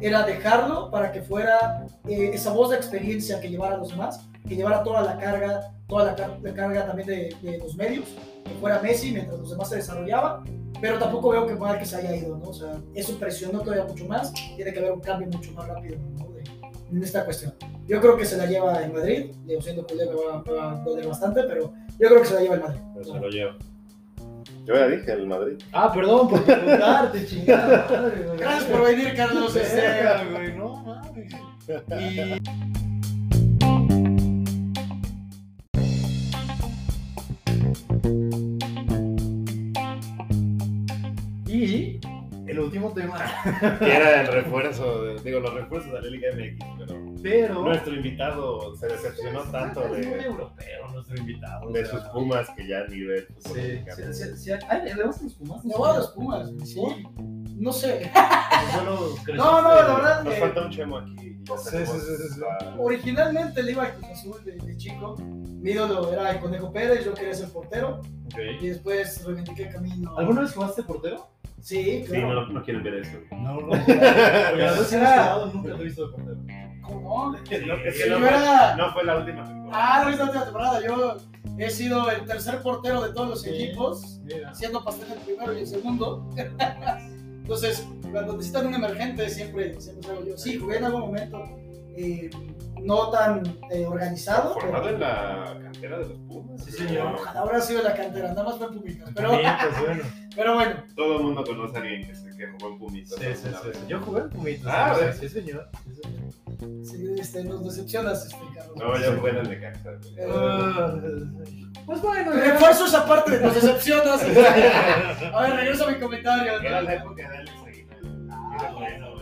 Speaker 3: era dejarlo para que fuera eh, esa voz de experiencia que llevara a los demás, que llevara toda la carga, toda la, car- la carga también de, de los medios, que fuera Messi mientras los demás se desarrollaban, pero tampoco veo que mal que se haya ido, ¿no? O sea, eso presionó todavía mucho más, tiene que haber un cambio mucho más rápido ¿no? de- en esta cuestión. Yo creo que se la lleva el Madrid, digo, siendo que me va, me va a doler bastante, pero yo creo que se la lleva el Madrid.
Speaker 1: pero se lo llevo.
Speaker 2: Yo ya dije, el Madrid.
Speaker 1: Ah, perdón por preguntarte, chingada madre, güey.
Speaker 3: Gracias por venir, Carlos. Este,
Speaker 1: Verga, güey, no mames. Y- Y el último tema,
Speaker 2: Que era el refuerzo, de- digo, los refuerzos de la Liga MX, pero
Speaker 1: pero
Speaker 2: nuestro invitado se decepcionó tanto
Speaker 1: es muy
Speaker 2: de,
Speaker 1: europeo nuestro invitado. o
Speaker 2: de
Speaker 1: sea,
Speaker 2: sus pumas que ya ni
Speaker 1: Sí,
Speaker 2: de
Speaker 1: sí, sí, sí. Ay, ¿le gustan los Pumas?
Speaker 3: me voy a los Pumas. Sí. No sé.
Speaker 1: Solo creciste-
Speaker 3: No, no, la verdad.
Speaker 2: Nos
Speaker 3: eh,
Speaker 2: falta un chemo aquí.
Speaker 1: Sí, sí, sí, sí, sí.
Speaker 2: Ah,
Speaker 3: originalmente le iba al Cruz Azul de, de chico. Mi ídolo era el Conejo Pérez, yo quería ser portero.
Speaker 1: Ok.
Speaker 3: Y después reivindiqué el camino.
Speaker 1: ¿Alguna vez jugaste portero?
Speaker 2: Sí,
Speaker 3: Sí, claro. pues
Speaker 2: no, no quieren ver eso.
Speaker 1: No, no. Este Nunca te he visto de portero.
Speaker 3: ¿Cómo no?
Speaker 2: No, es que
Speaker 3: Sí,
Speaker 2: no,
Speaker 3: yo era-
Speaker 2: no fue la última temporada.
Speaker 3: Ah, no es la última temporada. Yo he sido el tercer portero de todos los
Speaker 1: Sí.
Speaker 3: equipos.
Speaker 1: Mira.
Speaker 3: siendo pastel el primero y el segundo. [LAUGHS] Entonces, cuando necesitan un emergente, siempre, siempre salgo yo. Sí, jugué en algún momento eh, no tan eh, organizado,
Speaker 2: Formado
Speaker 3: pero
Speaker 2: en la cantera de los Pumas.
Speaker 1: Sí, señor.
Speaker 3: ojalá hubiera sido la cantera, nada más fue públicas. Pero,
Speaker 1: Bien, [LAUGHS] pues bueno.
Speaker 3: pero bueno,
Speaker 2: Todo el mundo conoce a alguien que, se, que jugó en Pumitas.
Speaker 1: Sí, sí, sí, sí. Yo jugué en Pumitas.
Speaker 2: Ah,
Speaker 1: sí,
Speaker 2: ¿verdad?
Speaker 1: sí, señor. Sí, señor.
Speaker 3: sí, este, nos decepcionas, este, Carlos.
Speaker 2: No, yo jugué en el Necaxa. güey.
Speaker 1: Ah, pues bueno, ya.
Speaker 3: Refuerzo esa parte de nos
Speaker 2: [LAUGHS]
Speaker 3: decepcionas. este. A ver, regreso a mi comentario. ¿no?
Speaker 2: Era la época de Alex Aguilar. Era bueno, bueno.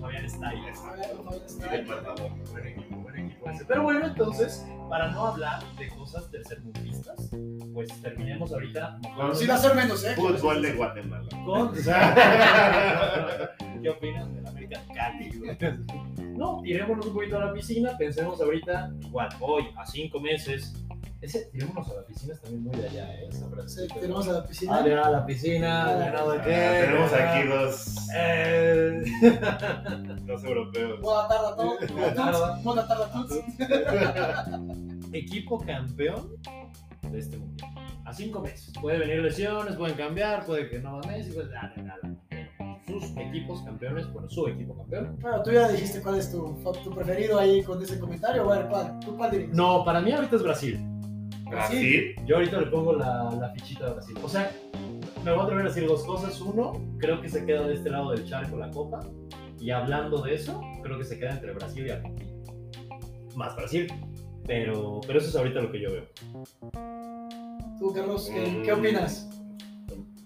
Speaker 1: Fabián está ahí.
Speaker 3: A ver, no, ya
Speaker 2: Y
Speaker 3: está.
Speaker 2: del matador.
Speaker 1: Buen equipo, buen equipo ese. Pero bueno, entonces, para no hablar de cosas tercermundistas, pues terminemos ahorita con...
Speaker 3: Sin hacer menos, ¿eh?
Speaker 2: Fútbol de Guatemala.
Speaker 1: [LAUGHS]
Speaker 2: [LAUGHS]
Speaker 1: con- Ah, ¿Qué opinas de la América Cali? güey? No, tirémonos un poquito a la piscina, pensemos ahorita, igual, hoy, a cinco meses. Ese tirémonos a la piscina es también muy de allá, ¿eh? Esa frase.
Speaker 3: Sí, tenemos a la piscina.
Speaker 1: Ah, ya, la piscina,
Speaker 3: Ah,
Speaker 1: ya, no,
Speaker 2: Ah,
Speaker 1: ¿de qué? Ah.
Speaker 2: tenemos
Speaker 1: Ya.
Speaker 2: aquí dos,
Speaker 1: Eh,
Speaker 2: dos europeos.
Speaker 3: Buena tarde a todos. Buena tarde. Buena tarde a todos.
Speaker 1: equipo campeón de este mundial. A cinco meses. Puede venir lesiones, pueden cambiar, puede que no va Messi, pues nada, nada. Sus equipos campeones, bueno, su equipo campeón.
Speaker 3: Bueno, tú ya dijiste cuál es tu, tu preferido ahí con ese comentario. Bueno, ¿cuál? ¿Tú cuál dirías?
Speaker 1: No, para mí ahorita es Brasil.
Speaker 2: Brasil.
Speaker 1: Yo ahorita le pongo la, la fichita a Brasil. O sea, me voy a atrever a decir dos cosas. Uno, creo que se queda de este lado del charco la copa. Y hablando de eso, creo que se queda entre Brasil y Argentina. Más Brasil. Pero, pero eso es ahorita lo que yo veo.
Speaker 3: Tú, Carlos, ¿qué,
Speaker 2: Mm.
Speaker 3: qué opinas?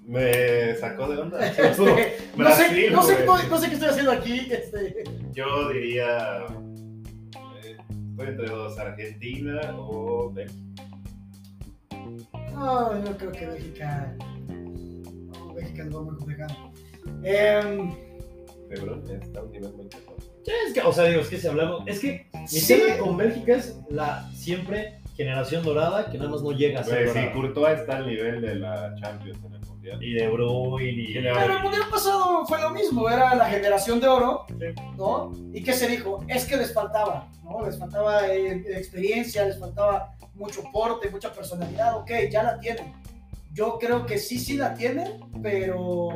Speaker 2: Me sacó de
Speaker 1: [LAUGHS]
Speaker 2: onda.
Speaker 3: Este, [LAUGHS] no, sé,
Speaker 2: Brasil,
Speaker 3: no, sé,
Speaker 2: güey.
Speaker 3: no- no sé qué estoy haciendo aquí. Este,
Speaker 2: Yo diría. eh, Estoy entre dos, Argentina o México.
Speaker 3: No, yo creo que Bélgica. No, Bélgica lo va muy complicado. Eh,
Speaker 2: Lebron está a un nivel muy cabrón.
Speaker 1: Sí, es que, o sea, digo, es que si hablamos. Es que mi
Speaker 3: sí,
Speaker 1: tema con Bélgica es la siempre generación dorada que nada más no llega a ser
Speaker 2: Güey, sí,
Speaker 1: dorada.
Speaker 2: Courtois está al nivel de la Champions en el Mundial.
Speaker 1: Y De Bruyne y...
Speaker 2: Y de-
Speaker 3: pero el mundial pasado fue lo mismo, era la generación de oro,
Speaker 1: Sí.
Speaker 3: ¿no? ¿Y qué se dijo? Es que les faltaba, ¿no? Les faltaba eh, experiencia, les faltaba mucho porte, mucha personalidad, ok, ya la tienen. Yo creo que sí, sí la tienen, pero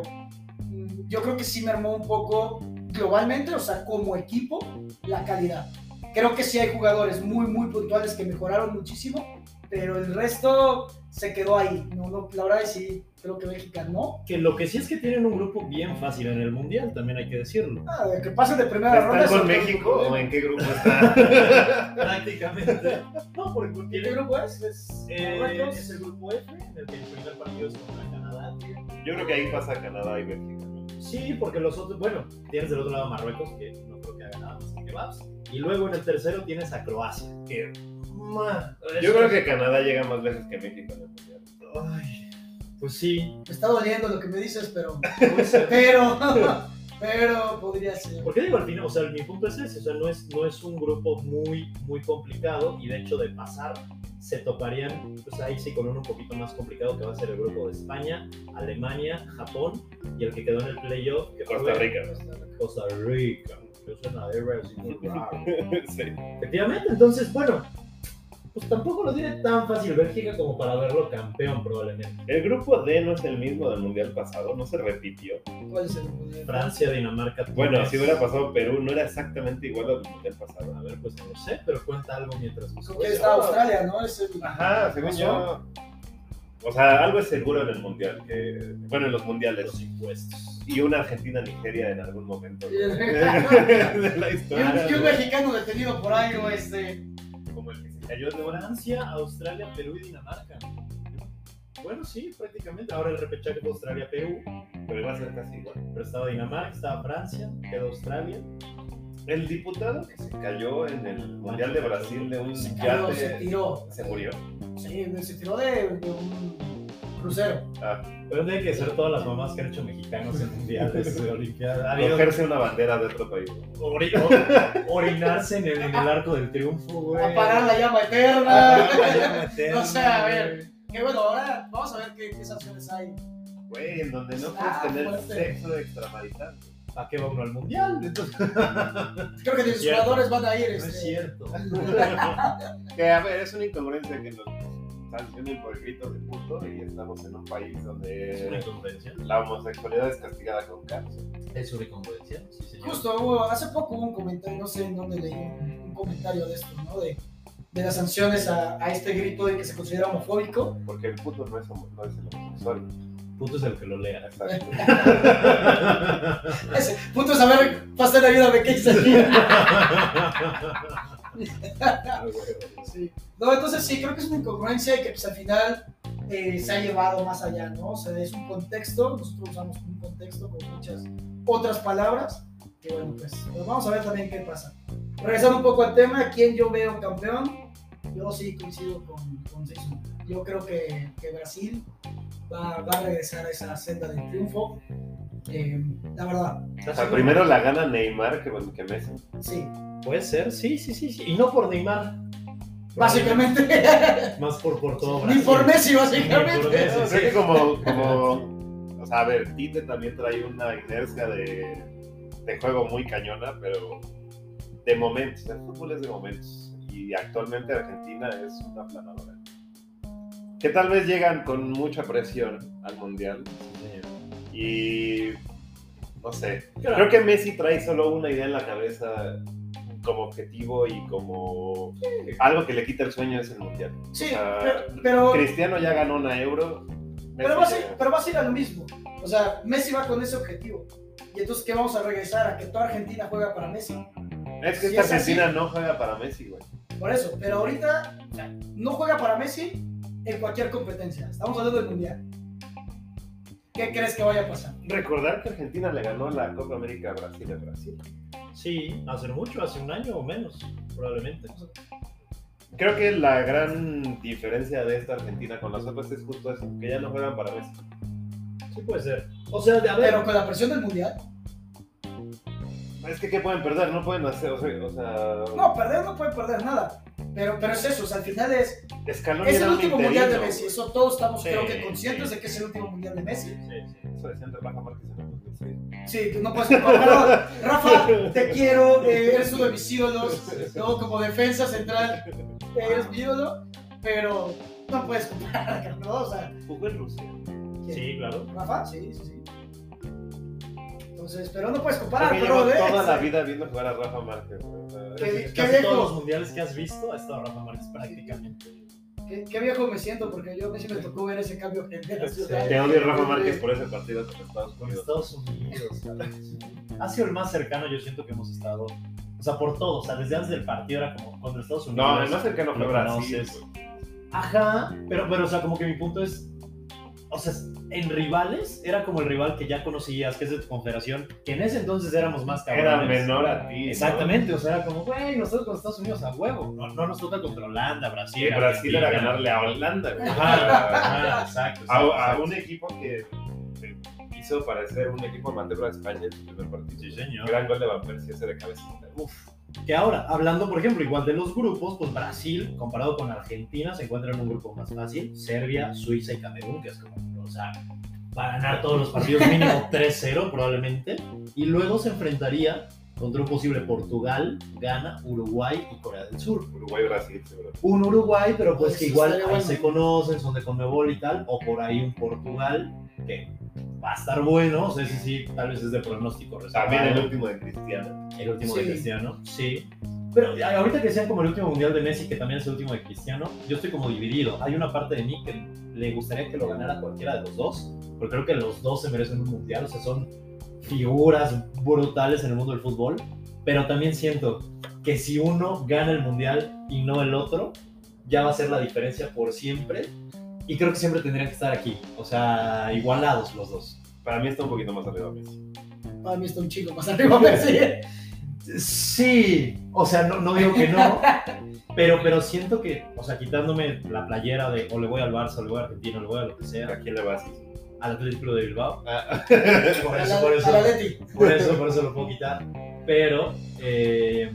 Speaker 3: mm, yo creo que sí mermó un poco globalmente, o sea, como equipo, la calidad. Creo que sí hay jugadores muy, muy puntuales que mejoraron muchísimo, pero el resto se quedó ahí. No, no, la verdad es que sí, creo que Bélgica no.
Speaker 1: Que lo que sí es que tienen un grupo bien fácil en el Mundial, también hay que decirlo.
Speaker 3: Ah, de que pasen de primera ronda.
Speaker 2: ¿Está
Speaker 3: eso
Speaker 2: con
Speaker 3: creo que-
Speaker 2: México o en qué grupo está?
Speaker 1: [LAUGHS] Prácticamente. No, porque
Speaker 3: ¿Y ¿Qué
Speaker 1: tienen...
Speaker 3: grupo es? ¿Es
Speaker 1: Eh,
Speaker 3: Marruecos?
Speaker 1: es el grupo F, en el que el primer partido es contra Canadá.
Speaker 2: Yo creo que ahí pasa Canadá y Bélgica. ¿no?
Speaker 1: Sí, porque los otros, bueno, tienes del otro lado a Marruecos, que no creo que haga nada más que kebabs. Y luego en el tercero tienes a Croacia, que... ma,
Speaker 2: Yo creo que Canadá llega más lejos que México en el Mundial.
Speaker 1: Ay, pues sí.
Speaker 3: Me está doliendo lo que me dices, pero...
Speaker 1: [LAUGHS] puede ser.
Speaker 3: Pero... [LAUGHS] pero podría ser.
Speaker 1: Porque digo al final, o sea, mi punto es ese, o sea, no es, no es un grupo muy, muy complicado y de hecho de pasar se toparían, pues ahí sí con uno un poquito más complicado que va a ser el grupo de España, Alemania, Japón y el que quedó en el playoff, que fue
Speaker 2: Costa Rica.
Speaker 1: Costa Rica. Yo soy una guerra así muy raro.
Speaker 2: [LAUGHS] Sí.
Speaker 1: Efectivamente, entonces, bueno, pues tampoco lo tiene tan fácil Bélgica como para verlo campeón probablemente.
Speaker 2: El grupo D no es el mismo del Mundial pasado, no se repitió.
Speaker 3: ¿Cuál es el grupo de-
Speaker 1: Francia, Dinamarca.
Speaker 2: Bueno,
Speaker 1: Túnez.
Speaker 2: si hubiera pasado Perú, no era exactamente igual al Mundial pasado.
Speaker 1: A ver, pues no sé, pero cuenta algo mientras.
Speaker 3: Creo que Pues, está Australia, ¿no? Es el-
Speaker 2: Ajá, según yo. O sea, algo es seguro en el Mundial, que, bueno, en los Mundiales.
Speaker 1: los impuestos.
Speaker 2: Y una Argentina-Nigeria en algún momento
Speaker 3: Sí. [LAUGHS]
Speaker 2: de la
Speaker 3: Y un, y un
Speaker 2: historia.
Speaker 3: mexicano detenido por algo, este...
Speaker 2: Como el que se cayó de una.
Speaker 1: Francia, Australia, Perú y Dinamarca. Bueno, sí, prácticamente. Ahora el repechaje fue Australia-Perú,
Speaker 2: Pero va a ser casi igual.
Speaker 1: pero estaba Dinamarca, estaba Francia, quedó Australia.
Speaker 2: El diputado que se cayó en el Mundial de Brasil de un
Speaker 3: Se cayó, se
Speaker 2: yate.
Speaker 3: tiró.
Speaker 2: Se murió.
Speaker 3: Sí, se tiró de, de un crucero.
Speaker 1: Pero tiene que ser todas las mamás que han hecho mexicanos en mundiales, en olimpiadas. Ha habido
Speaker 2: Cogerse una bandera de otro país.
Speaker 1: ori- o- orinarse en el, en el arco del triunfo, güey.
Speaker 3: Apagar la llama
Speaker 1: Apagar la
Speaker 3: eterna.
Speaker 1: llama eterna,
Speaker 3: No sé, a ver.
Speaker 1: güey.
Speaker 3: [LAUGHS] Que bueno, ahora vamos a ver qué, qué sanciones hay.
Speaker 2: Güey, en donde no puedes
Speaker 3: Ah,
Speaker 2: tener
Speaker 3: fuerte.
Speaker 2: sexo extramarital.
Speaker 1: ¿Para qué va uno al mundial? Entonces,
Speaker 3: Creo que
Speaker 1: No es
Speaker 3: los
Speaker 1: cierto.
Speaker 3: jugadores van a ir.
Speaker 1: no
Speaker 3: este,
Speaker 1: es
Speaker 3: [LAUGHS]
Speaker 1: cierto.
Speaker 2: Que a ver, es una incongruencia que nos sancionen por el grito de puto y estamos en un país
Speaker 1: Es una
Speaker 2: donde
Speaker 1: incongruencia.
Speaker 2: la homosexualidad es castigada con cárcel.
Speaker 1: Es una incongruencia, sí, señor.
Speaker 3: Justo, hubo- hace poco hubo un comentario, no sé en dónde leí un, un comentario de esto, ¿no? De, de las sanciones a, a este grito de que se considera homofóbico.
Speaker 2: Porque el puto no es, homo- no es el homosexual.
Speaker 1: Puto es el que lo lea. [LAUGHS] Ah,
Speaker 2: Exacto.
Speaker 3: Ese, punto de saber, pastel, ayúdame, ¿qué hice aquí? Sí. No, entonces sí, creo que es una incongruencia y que pues al final eh, se ha llevado más allá, ¿no? O sea, es un contexto, nosotros usamos un contexto con muchas otras palabras, que bueno, pues, pues, vamos a ver también qué pasa. Regresando un poco al tema, ¿quién yo veo campeón? Yo sí coincido con, con Jason. Yo creo que, que Brasil va, va a regresar a esa senda del triunfo. Eh, la verdad,
Speaker 2: O sea, primero la gana Neymar que, que Messi.
Speaker 3: sí.
Speaker 1: Puede ser, sí, sí, sí. sí. Y no por Neymar.
Speaker 3: Básicamente, [LAUGHS]
Speaker 1: Más por, por todo
Speaker 3: ni
Speaker 1: Brasil.
Speaker 3: por Messi,
Speaker 1: Ni por
Speaker 3: básicamente.
Speaker 1: Messi.
Speaker 2: Creo que como, como, o sea, a ver, Tite también trae una inercia de, de juego muy cañona, pero de momentos, el fútbol es de momentos. Y actualmente Argentina es una planadora. Que tal vez llegan con mucha presión al Mundial y no sé. Creo que Messi trae solo una idea en la cabeza como objetivo y como algo que le quita el sueño es el Mundial.
Speaker 3: Sí,
Speaker 2: Ah,
Speaker 3: pero- pero
Speaker 2: Cristiano ya ganó una euro.
Speaker 3: Pero
Speaker 2: Messi
Speaker 3: vas, a,
Speaker 2: ya-
Speaker 3: pero vas a ir a lo mismo. O sea, Messi va con ese objetivo. Y entonces, ¿qué vamos a regresar? A que toda Argentina juega para Messi.
Speaker 2: Es que
Speaker 3: si
Speaker 2: esta
Speaker 3: es así-
Speaker 2: Argentina no juega para Messi, güey.
Speaker 3: Por eso. Pero ahorita o sea, no juega para Messi en cualquier competencia. Estamos hablando del Mundial. ¿Qué crees que vaya a pasar?
Speaker 2: Recordar que Argentina le ganó la Copa América a Brasil en Brasil.
Speaker 1: Sí, hace mucho, hace un año o menos, probablemente.
Speaker 2: Creo que la gran diferencia de esta Argentina con las otras es justo eso, que ya no juegan para Messi.
Speaker 1: Sí puede ser. O sea, a ver,
Speaker 3: Pero con la presión del mundial.
Speaker 2: Es que ¿qué pueden perder? No pueden hacer, o sea... o sea,
Speaker 3: No, perder no puede perder nada. Pero, pero es eso, o sea, al final es.
Speaker 2: Scaloni
Speaker 3: Es
Speaker 2: era
Speaker 3: el
Speaker 2: un
Speaker 3: último mundial de
Speaker 2: interino.
Speaker 3: Messi. Eso todos estamos,
Speaker 1: Sí,
Speaker 3: creo que, conscientes
Speaker 1: sí.
Speaker 3: de que es el último mundial de
Speaker 1: Sí,
Speaker 3: Messi.
Speaker 1: sí.
Speaker 2: Eso decían de Rafa Márquez en el 2006.
Speaker 3: Sí, tú no puedes comparar.
Speaker 1: [LAUGHS]
Speaker 3: Rafa, te quiero, eh, eres uno de mis ídolos. ¿no? Como defensa central, eres mi ídolo. Pero no puedes comparar, ¿no? O sea,
Speaker 1: Jugó en Rusia.
Speaker 3: ¿quién?
Speaker 1: Sí, claro.
Speaker 3: Rafa, sí, sí, sí. Entonces, pero no puedes comparar,
Speaker 2: Creo que
Speaker 3: bro,
Speaker 2: llevo
Speaker 3: ¿eh?
Speaker 2: toda la vida viendo jugar a Rafa Márquez. güey. O sea,
Speaker 3: ¿Qué-
Speaker 2: es-
Speaker 3: qué
Speaker 1: Casi
Speaker 3: lejos?
Speaker 1: todos los mundiales que has visto ha estado Rafa Márquez prácticamente.
Speaker 3: Qué, qué viejo me siento porque yo a Messi me tocó ver ese cambio generacional.
Speaker 2: Te odio Rafa Márquez por ese partido contra Estados
Speaker 1: con
Speaker 2: Unidos.
Speaker 1: Estados Unidos. cabrón. Ha sido el más cercano, yo siento que hemos estado. O sea, por todo. O sea, desde antes del partido era como contra Estados Unidos.
Speaker 2: No, el más cercano fue
Speaker 1: Lo
Speaker 2: Brasil.
Speaker 1: conoces.
Speaker 2: güey.
Speaker 1: Ajá, pero, pero, o sea, como que mi punto es. O sea, en rivales era como el rival que ya conocías, que es de tu confederación, que en ese entonces éramos más
Speaker 2: Era
Speaker 1: cabrones.
Speaker 2: menor a ti. ¿no?
Speaker 1: Exactamente, o sea, era como, güey, nosotros con Estados Unidos a huevo. No, no nos toca contra Holanda, Brasil.
Speaker 2: Y Brasil era
Speaker 1: Argentina.
Speaker 2: ganarle a Holanda. güey.
Speaker 1: Ajá, ajá, exacto.
Speaker 2: A,
Speaker 1: exacto,
Speaker 2: a
Speaker 1: exacto.
Speaker 2: un equipo que eh, hizo parecer un equipo amateur a España en su primer partido.
Speaker 1: Sí, señor.
Speaker 2: Gran gol de Van Persie ese de cabecita.
Speaker 1: Uf, que ahora, hablando por ejemplo igual de los grupos, pues Brasil comparado con Argentina se encuentra en un grupo más fácil, Serbia, Suiza y Camerún, que es como, o sea, va a ganar todos los partidos
Speaker 3: [LAUGHS]
Speaker 1: mínimo 3-0 probablemente, y luego se enfrentaría contra un posible Portugal, Ghana, Uruguay y Corea del Sur.
Speaker 2: Uruguay-Brasil, seguro.
Speaker 1: Un Uruguay, pero pues que
Speaker 3: Eso
Speaker 1: igual
Speaker 3: estaría
Speaker 1: ahí
Speaker 3: bueno.
Speaker 1: se conocen, son de Conmebol y tal, o por ahí un Portugal que va a estar bueno, o sea, ese sí, tal vez es de pronóstico reservado.
Speaker 2: También el último de Cristiano.
Speaker 1: El último de
Speaker 3: Sí.
Speaker 1: Cristiano, sí. Pero ahorita que sea como el último mundial de Messi, que también es el último de Cristiano, yo estoy como dividido. Hay una parte de mí que le gustaría que lo ganara cualquiera de los dos, porque creo que los dos se merecen un mundial, o sea, son figuras brutales en el mundo del fútbol. Pero también siento que si uno gana el mundial y no el otro, ya va a ser la diferencia por siempre. Y creo que siempre tendrían que estar aquí, o sea, igualados los dos.
Speaker 2: Para mí está un poquito más arriba Messi.
Speaker 3: Para mí está un chico más
Speaker 1: [LAUGHS]
Speaker 3: arriba Messi.
Speaker 1: Sí, o sea, no, no digo que
Speaker 2: [LAUGHS]
Speaker 1: no, pero, pero siento que, o sea, quitándome la playera de o le voy al Barça, o le voy a Argentina, o le voy a lo que sea,
Speaker 2: ¿A quién le vas?
Speaker 1: al Atlético Club de Bilbao,
Speaker 2: Ah,
Speaker 1: [LAUGHS] por
Speaker 3: Al
Speaker 1: eso, por eso,
Speaker 3: al Atleti.
Speaker 1: por eso, por eso lo puedo quitar, pero eh,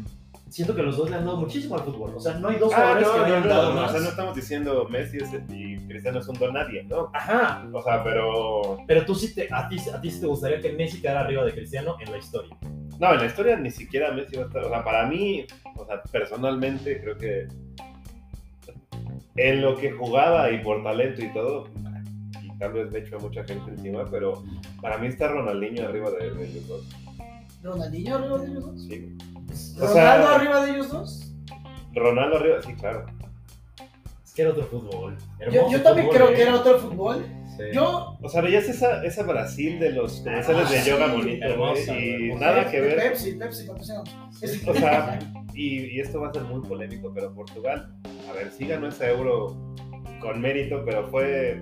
Speaker 1: siento que los dos le han dado muchísimo al fútbol, o sea, no hay dos
Speaker 2: Ah,
Speaker 1: jugadores que le
Speaker 2: no, no,
Speaker 1: hayan
Speaker 2: no,
Speaker 1: dado
Speaker 2: no, o
Speaker 1: más.
Speaker 2: sea, no estamos diciendo Messi es el- y Cristiano es un don nadie, ¿no?
Speaker 1: Ajá,
Speaker 2: O sea, pero...
Speaker 1: pero tú sí te, a ti, a ti sí te gustaría que Messi quedara arriba de Cristiano en la historia.
Speaker 2: No, en la historia ni siquiera Messi va a estar... O sea, para mí, o sea, personalmente creo que en lo que jugaba y por talento y todo, y tal vez me echo a mucha gente encima, pero para mí está Ronaldinho arriba de de ellos dos.
Speaker 3: ¿Ronaldinho arriba de ellos dos?
Speaker 2: Sí. O sea-
Speaker 3: ¿Ronaldo arriba de ellos dos?
Speaker 2: Ronaldo arriba, sí, claro.
Speaker 1: Es que era otro fútbol.
Speaker 3: Yo,
Speaker 1: hermoso
Speaker 3: yo también
Speaker 1: fútbol,
Speaker 3: creo
Speaker 1: ¿eh?
Speaker 3: que era otro fútbol.
Speaker 1: Sí.
Speaker 3: Yo,
Speaker 2: O sea, veías esa, esa Brasil de los comerciales
Speaker 3: Ah,
Speaker 2: de yoga
Speaker 3: sí,
Speaker 2: bonito,
Speaker 1: hermosa,
Speaker 2: güey, y
Speaker 1: hermosa.
Speaker 2: nada que
Speaker 3: de
Speaker 2: ver
Speaker 3: Pepsi, Pepsi, patrocinamos.
Speaker 2: O sea, y, y esto va a ser muy polémico, pero Portugal, a ver, sí ganó ese euro con mérito, pero fue.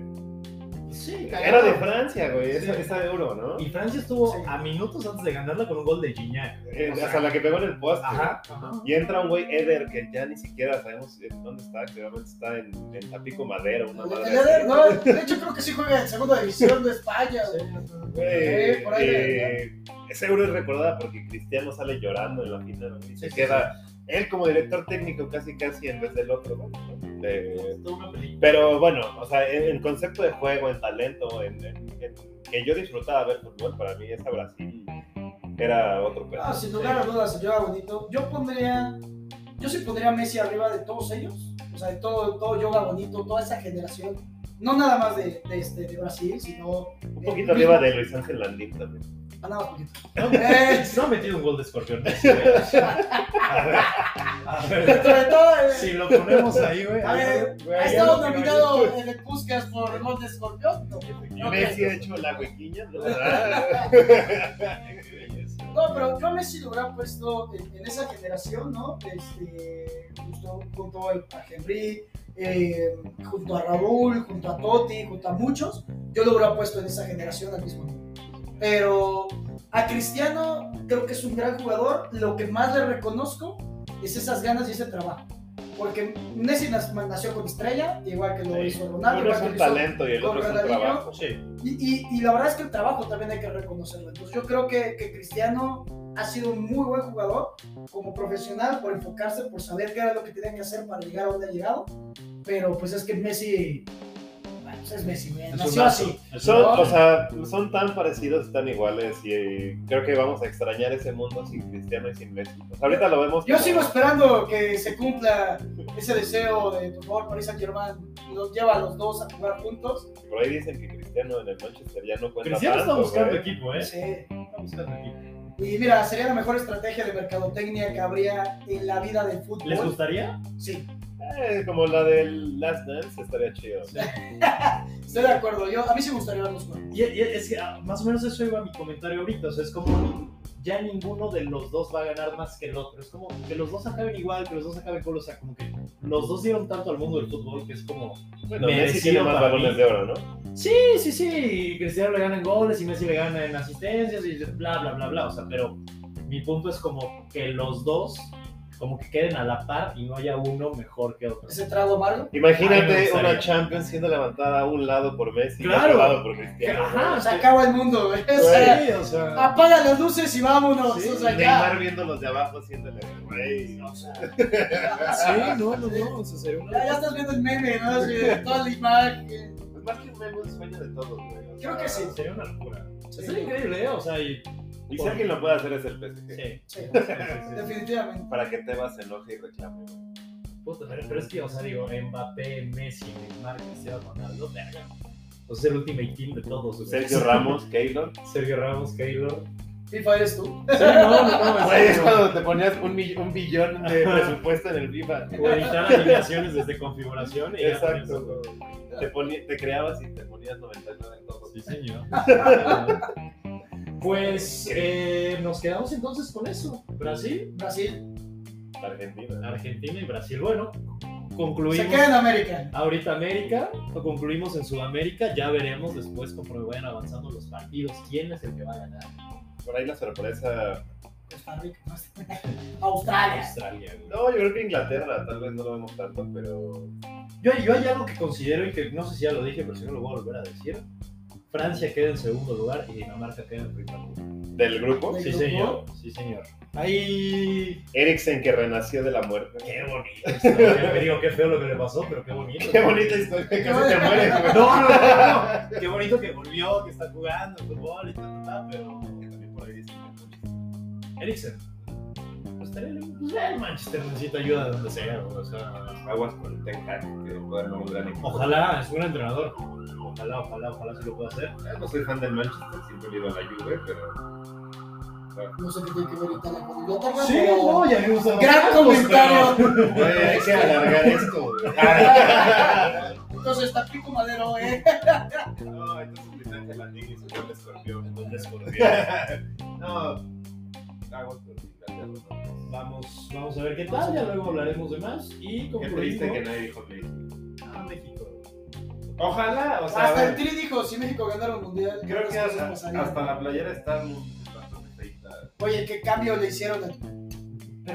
Speaker 1: Sí,
Speaker 2: Era de Francia, güey,
Speaker 1: Sí.
Speaker 2: esa, esa euro, ¿no?
Speaker 1: Y Francia estuvo
Speaker 3: Sí.
Speaker 1: a minutos antes de ganarla con un gol de Gignac.
Speaker 2: Eh,
Speaker 1: o sea-
Speaker 2: hasta la que pegó en el poste.
Speaker 1: ajá.
Speaker 2: Y entra un güey Eder que ya ni siquiera sabemos en dónde está, que realmente está en, en Tapico Madera, una madre.
Speaker 3: El Eder,
Speaker 2: así.
Speaker 3: no, de hecho creo que sí juega en segunda división de España.
Speaker 2: Güey,
Speaker 3: Eh, por ahí
Speaker 2: eh, esa euro es recordada porque Cristiano sale llorando en la final güey, y se
Speaker 1: Sí, sí,
Speaker 2: queda él como director técnico casi casi en vez del otro, güey, ¿no? De-
Speaker 1: Es toda una película.
Speaker 2: Pero bueno, o sea, en el concepto de juego, en talento, en, en- en que yo disfrutaba ver fútbol, para mí esa Brasil era otro pedo.
Speaker 3: Ah, sin lugar a dudas, se lleva bonito. Yo pondría, yo sí pondría a Messi arriba de todos ellos, o sea, de todo, todo yoga bonito, toda esa generación. No nada más de, de este, de Brasil, sino.
Speaker 2: Un poquito arriba de Luis Ángel Landín también.
Speaker 3: Ah, nada más poquito.
Speaker 1: No,
Speaker 3: Eh,
Speaker 1: no ha metido un gol de escorpión. Messi, güey. A ver, a ver,
Speaker 3: Dentro de todo, eh,
Speaker 1: Si lo ponemos ahí, güey.
Speaker 3: A ver,
Speaker 2: Güey,
Speaker 3: ha
Speaker 2: ya
Speaker 3: estado
Speaker 2: no-
Speaker 3: nominado en el Puskas por el gol de escorpión. No,
Speaker 2: Messi ha hecho la huequiña. ¿no?
Speaker 3: No, pero yo a Messi lo hubiera puesto pues, en, en esa generación, ¿no? Este, justo- junto a a Henry, eh, junto a Raúl, junto a Totti, junto a muchos. Yo lo hubiera puesto en esa generación al mismo tiempo. Pero a Cristiano creo que es un gran jugador. Lo que más le reconozco es esas ganas y ese trabajo. Porque Messi nas- nació con estrella, igual que [LAUGHS] lo
Speaker 1: Sí.
Speaker 3: hizo Ronaldo,
Speaker 4: Uno es
Speaker 3: igual que lo
Speaker 4: un
Speaker 3: hizo
Speaker 4: talento y el otro es un
Speaker 3: Ronaldinho.
Speaker 4: trabajo.
Speaker 1: Sí,
Speaker 3: Y, y- y la verdad es que el trabajo también hay que reconocerlo. Entonces yo creo que, que Cristiano ha sido un muy buen jugador como profesional por enfocarse, por saber qué era lo que tenía que hacer para llegar a donde ha llegado. Pero pues es que Messi, bueno, pues es Messi, güey,
Speaker 1: Es
Speaker 3: nació
Speaker 1: un
Speaker 3: así.
Speaker 4: Son,
Speaker 3: No.
Speaker 4: o sea, son tan parecidos, tan iguales y eh, creo que vamos a extrañar ese mundo sin Cristiano y sin Messi. O sea, ahorita lo vemos.
Speaker 3: Yo
Speaker 4: como-
Speaker 3: sigo esperando que se cumpla ese deseo de, por favor, Paris Saint-Germain los lleva a los dos a jugar juntos.
Speaker 4: Por ahí dicen que Cristiano en el Manchester ya no cuenta
Speaker 1: Cristiano está
Speaker 4: tanto,
Speaker 1: buscando
Speaker 4: güey.
Speaker 1: equipo, ¿eh?
Speaker 3: Sí.
Speaker 1: Está buscando equipo.
Speaker 3: Y mira, sería la mejor estrategia de mercadotecnia que habría en la vida del fútbol.
Speaker 1: ¿Les gustaría?
Speaker 3: Sí.
Speaker 4: Eh, como la del Last Dance estaría chido.
Speaker 3: Estoy de acuerdo, yo, a mí sí me gustaría verlos jugar.
Speaker 1: Y, y es que ah, más o menos eso iba mi comentario ahorita. O sea, es como ya ninguno de los dos va a ganar más que el otro. Es como que los dos acaben igual, que los dos acaben con O sea, como que los dos dieron tanto al mundo del fútbol que es como.
Speaker 4: Bueno,
Speaker 1: Merecido
Speaker 4: Messi tiene más
Speaker 1: para
Speaker 4: balones
Speaker 1: mí.
Speaker 4: de oro, ¿no?
Speaker 1: Sí, sí, sí. Y Cristiano le gana en goles y Messi le gana en asistencias y bla, bla, bla, bla. O sea, pero mi punto es como que los dos como que queden a la par y no haya uno mejor que otro.
Speaker 3: Ese trago amargo.
Speaker 1: Ay, me
Speaker 4: Imagínate
Speaker 1: gustaría.
Speaker 4: una Champions siendo levantada a un lado por Messi y a
Speaker 1: Claro.
Speaker 4: otro lado por Cristiano.
Speaker 1: Ajá,
Speaker 3: Se acaba el mundo, güey. O sea,
Speaker 1: Sí, o sea.
Speaker 3: [LAUGHS] apaga las luces y vámonos.
Speaker 1: Sí,
Speaker 3: o sea,
Speaker 4: Neymar
Speaker 3: ya.
Speaker 4: viendo los de abajo haciéndole güey.
Speaker 3: O sea,
Speaker 1: Sí, no, no, no. O sea, sería una-
Speaker 3: ya, ya estás viendo el meme, ¿no? Así de toda la imagen.
Speaker 4: Es Pues más que un meme, un sueño de todos, güey. O
Speaker 3: Creo que sí.
Speaker 1: Sería una locura. Sería
Speaker 3: Sí,
Speaker 1: increíble, ¿eh? O sea, y.
Speaker 4: Y si alguien lo puede hacer es el PSG.
Speaker 1: Sí.
Speaker 3: sí,
Speaker 1: sí, sí, sí.
Speaker 3: definitivamente.
Speaker 4: Para que Tebas se enoje y reclame, güey.
Speaker 1: Puta, pero, pero es que, o sea, digo, Mbappé, Messi, Neymar, Cristiano Ronaldo, verga. O sea, el ultimate team de todos. güey.
Speaker 4: Sergio Ramos, Keylor.
Speaker 1: Sergio Ramos,
Speaker 3: [LAUGHS]
Speaker 1: Keylor.
Speaker 3: FIFA eres tú.
Speaker 1: Sí, no, no, no.
Speaker 4: Güey, es
Speaker 1: es
Speaker 4: cuando te ponías un, mill- un billón de presupuesto en el FIFA.
Speaker 1: como editar alineaciones desde configuración y ya
Speaker 4: Exacto.
Speaker 1: ponías-
Speaker 4: güey. Te, poni- te creabas y te ponías 99 en todos.
Speaker 1: Sí,
Speaker 3: [LAUGHS]
Speaker 1: señor. Pues eh, nos quedamos entonces con eso. Brasil,
Speaker 3: Brasil.
Speaker 4: Argentina.
Speaker 1: Argentina y Brasil. Bueno,
Speaker 3: Se
Speaker 1: concluimos.
Speaker 3: queda en América.
Speaker 1: ahorita América, lo concluimos en Sudamérica, ya veremos después conforme vayan avanzando los partidos quién es el que va a ganar.
Speaker 4: Por ahí la sorpresa.
Speaker 3: Costa Rica. ¿no? [LAUGHS] Australia.
Speaker 1: Australia. güey.
Speaker 4: No, yo creo que Inglaterra, tal vez no lo vemos tanto, pero.
Speaker 1: Yo, yo hay algo que considero y que no sé si ya lo dije, pero si no lo voy a volver a decir. Francia queda en segundo lugar y Dinamarca queda en primer lugar.
Speaker 4: Del grupo,
Speaker 1: Sí, señor. Sí, señor. Ahí.
Speaker 4: Eriksen que renació de la muerte.
Speaker 1: Qué bonito. está. Me digo, qué feo lo que le pasó, pero qué bonito.
Speaker 4: Qué bonita historia, casi te mueres, güey.
Speaker 1: No, no, no, no. Qué bonito que volvió, que está jugando fútbol y tal, tal, tal, pero.
Speaker 4: También por ahí dicen que-
Speaker 1: Eriksen. Pues estaría- pues, el Manchester necesita ayuda de donde sea, güey, o sea.
Speaker 2: Aguas con el Ten Hag, que poder no volver a ningún-
Speaker 1: Ojalá, es un gran entrenador. Ojalá, ojalá, ojalá se lo pueda hacer.
Speaker 2: Eh, No soy fan del Manchester, siempre he ido a la Juve, pero
Speaker 3: No sé qué tiene que ver Italia con Inglaterra.
Speaker 1: Sí,
Speaker 3: pero-
Speaker 1: no, ya me gusta.
Speaker 3: Gran comentario.
Speaker 4: Güey, hay que alargar esto,
Speaker 2: [LAUGHS]
Speaker 4: güey.
Speaker 3: Entonces, Tapico Madero, ¿eh?
Speaker 4: No, entonces le traje la negra y se fue el escorpión.
Speaker 1: El escorpión.
Speaker 2: [LAUGHS]
Speaker 4: No, aguas por Inglaterra. ¿no?
Speaker 1: Vamos, vamos a ver qué tal, ya luego hablaremos de más y
Speaker 4: Qué triste que
Speaker 1: concluimos
Speaker 4: nadie dijo México.
Speaker 1: a México.
Speaker 2: ojalá, o sea, a
Speaker 3: Hasta el
Speaker 2: ver,
Speaker 3: Tri dijo, si México ganara un mundial,
Speaker 2: creo que
Speaker 3: las cosas
Speaker 2: hasta,
Speaker 3: pasarían.
Speaker 2: hasta la playera está muy- bastante feita.
Speaker 3: Oye, qué cambio le hicieron al
Speaker 1: Pero,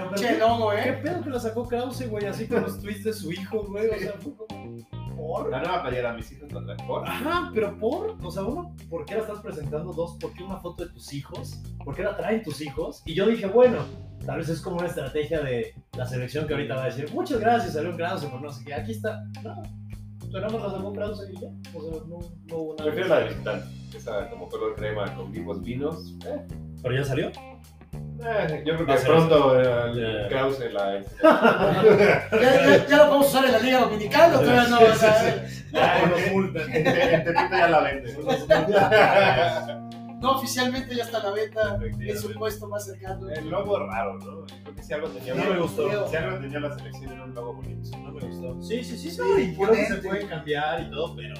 Speaker 3: pinche
Speaker 1: pero
Speaker 3: logo,
Speaker 1: ¿qué, qué
Speaker 3: ¿eh?
Speaker 1: pedo que la sacó Krause, güey, así con los tweets de su hijo, güey, o sea, fue como, ¿por?
Speaker 2: La nueva playera, mis hijos la traen por.
Speaker 1: Ajá, pero ¿por? O sea, uno, ¿por qué la estás presentando? Dos, ¿por qué una foto de tus hijos? ¿Por qué la traen tus hijos? Y yo dije, bueno, tal vez es como una estrategia de la selección que ahorita va a decir, muchas gracias, salió Krause, por no sé qué, aquí está. No, o sea, nada más la sacó Krause y ya, o sea, no, no hubo nada.
Speaker 2: Prefiero la de visitante, esa como color crema con vivos vinos. Eh,
Speaker 1: ¿Pero ya salió?
Speaker 2: eh, yo creo
Speaker 1: Va a
Speaker 2: que
Speaker 1: ser
Speaker 2: pronto eh,
Speaker 1: Ya.
Speaker 2: Krause
Speaker 1: [LAUGHS]
Speaker 2: la.
Speaker 3: ¿Ya, ya, ya lo podemos usar en la Liga Dominicana, o todavía no, o sea,
Speaker 4: Ah,
Speaker 1: Con los
Speaker 4: en-
Speaker 1: multas.
Speaker 4: en- En Tepito Este ya la
Speaker 2: [LAUGHS]
Speaker 4: vende.
Speaker 3: no oficialmente ya está a la venta en su
Speaker 4: El
Speaker 3: puesto más cercano.
Speaker 4: logo raro, ¿no? Yo creo que si algo tenía,
Speaker 1: Eh, No me gustó.
Speaker 4: si algo tenía la selección era un logo bonito.
Speaker 1: No me gustó. Sí, sí, sí, sí.
Speaker 3: No,
Speaker 1: y creo que se
Speaker 3: imponente.
Speaker 1: puede cambiar y todo, pero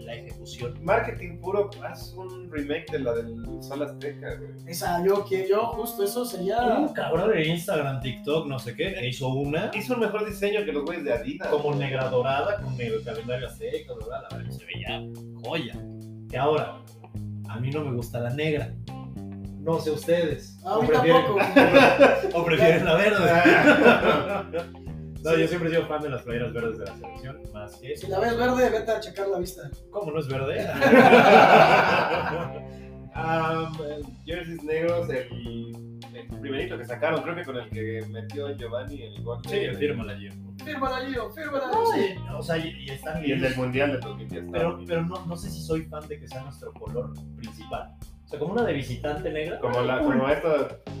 Speaker 1: la ejecución.
Speaker 2: Marketing puro, haz un remake de la del Sol Azteca, güey.
Speaker 3: Esa, yo, que yo, justo eso sería...
Speaker 1: Un cabrón de Instagram, TikTok, no sé qué, e hizo una
Speaker 2: Hizo un mejor diseño que los güeyes de Adidas.
Speaker 1: como negra dorada con el calendario azteca, bla, bla, bla, bla, y se veía joya. Que ahora, a mí no me gusta la negra. No sé ustedes. [LAUGHS]
Speaker 3: A mí tampoco.
Speaker 1: o prefieren la verde. No, yo siempre he sido fan de las playeras verdes de la selección, más que
Speaker 3: Si
Speaker 1: eso.
Speaker 3: la ves verde, vete a checar la vista.
Speaker 1: ¿Cómo no es verde?
Speaker 2: Ah, jerseys negros, el, el primerito que sacaron, creo que con el que metió Giovanni el igual.
Speaker 1: sí, fírmala allí.
Speaker 3: Fírmala, Gio, fírmala.
Speaker 1: Sí, o sea, y, y están
Speaker 2: Y el
Speaker 1: bien.
Speaker 2: del Mundial de 2010.
Speaker 1: Pero, pero no, no sé si soy fan de que sea nuestro color principal. O sea, como una de visitante negra.
Speaker 2: como, la, como esta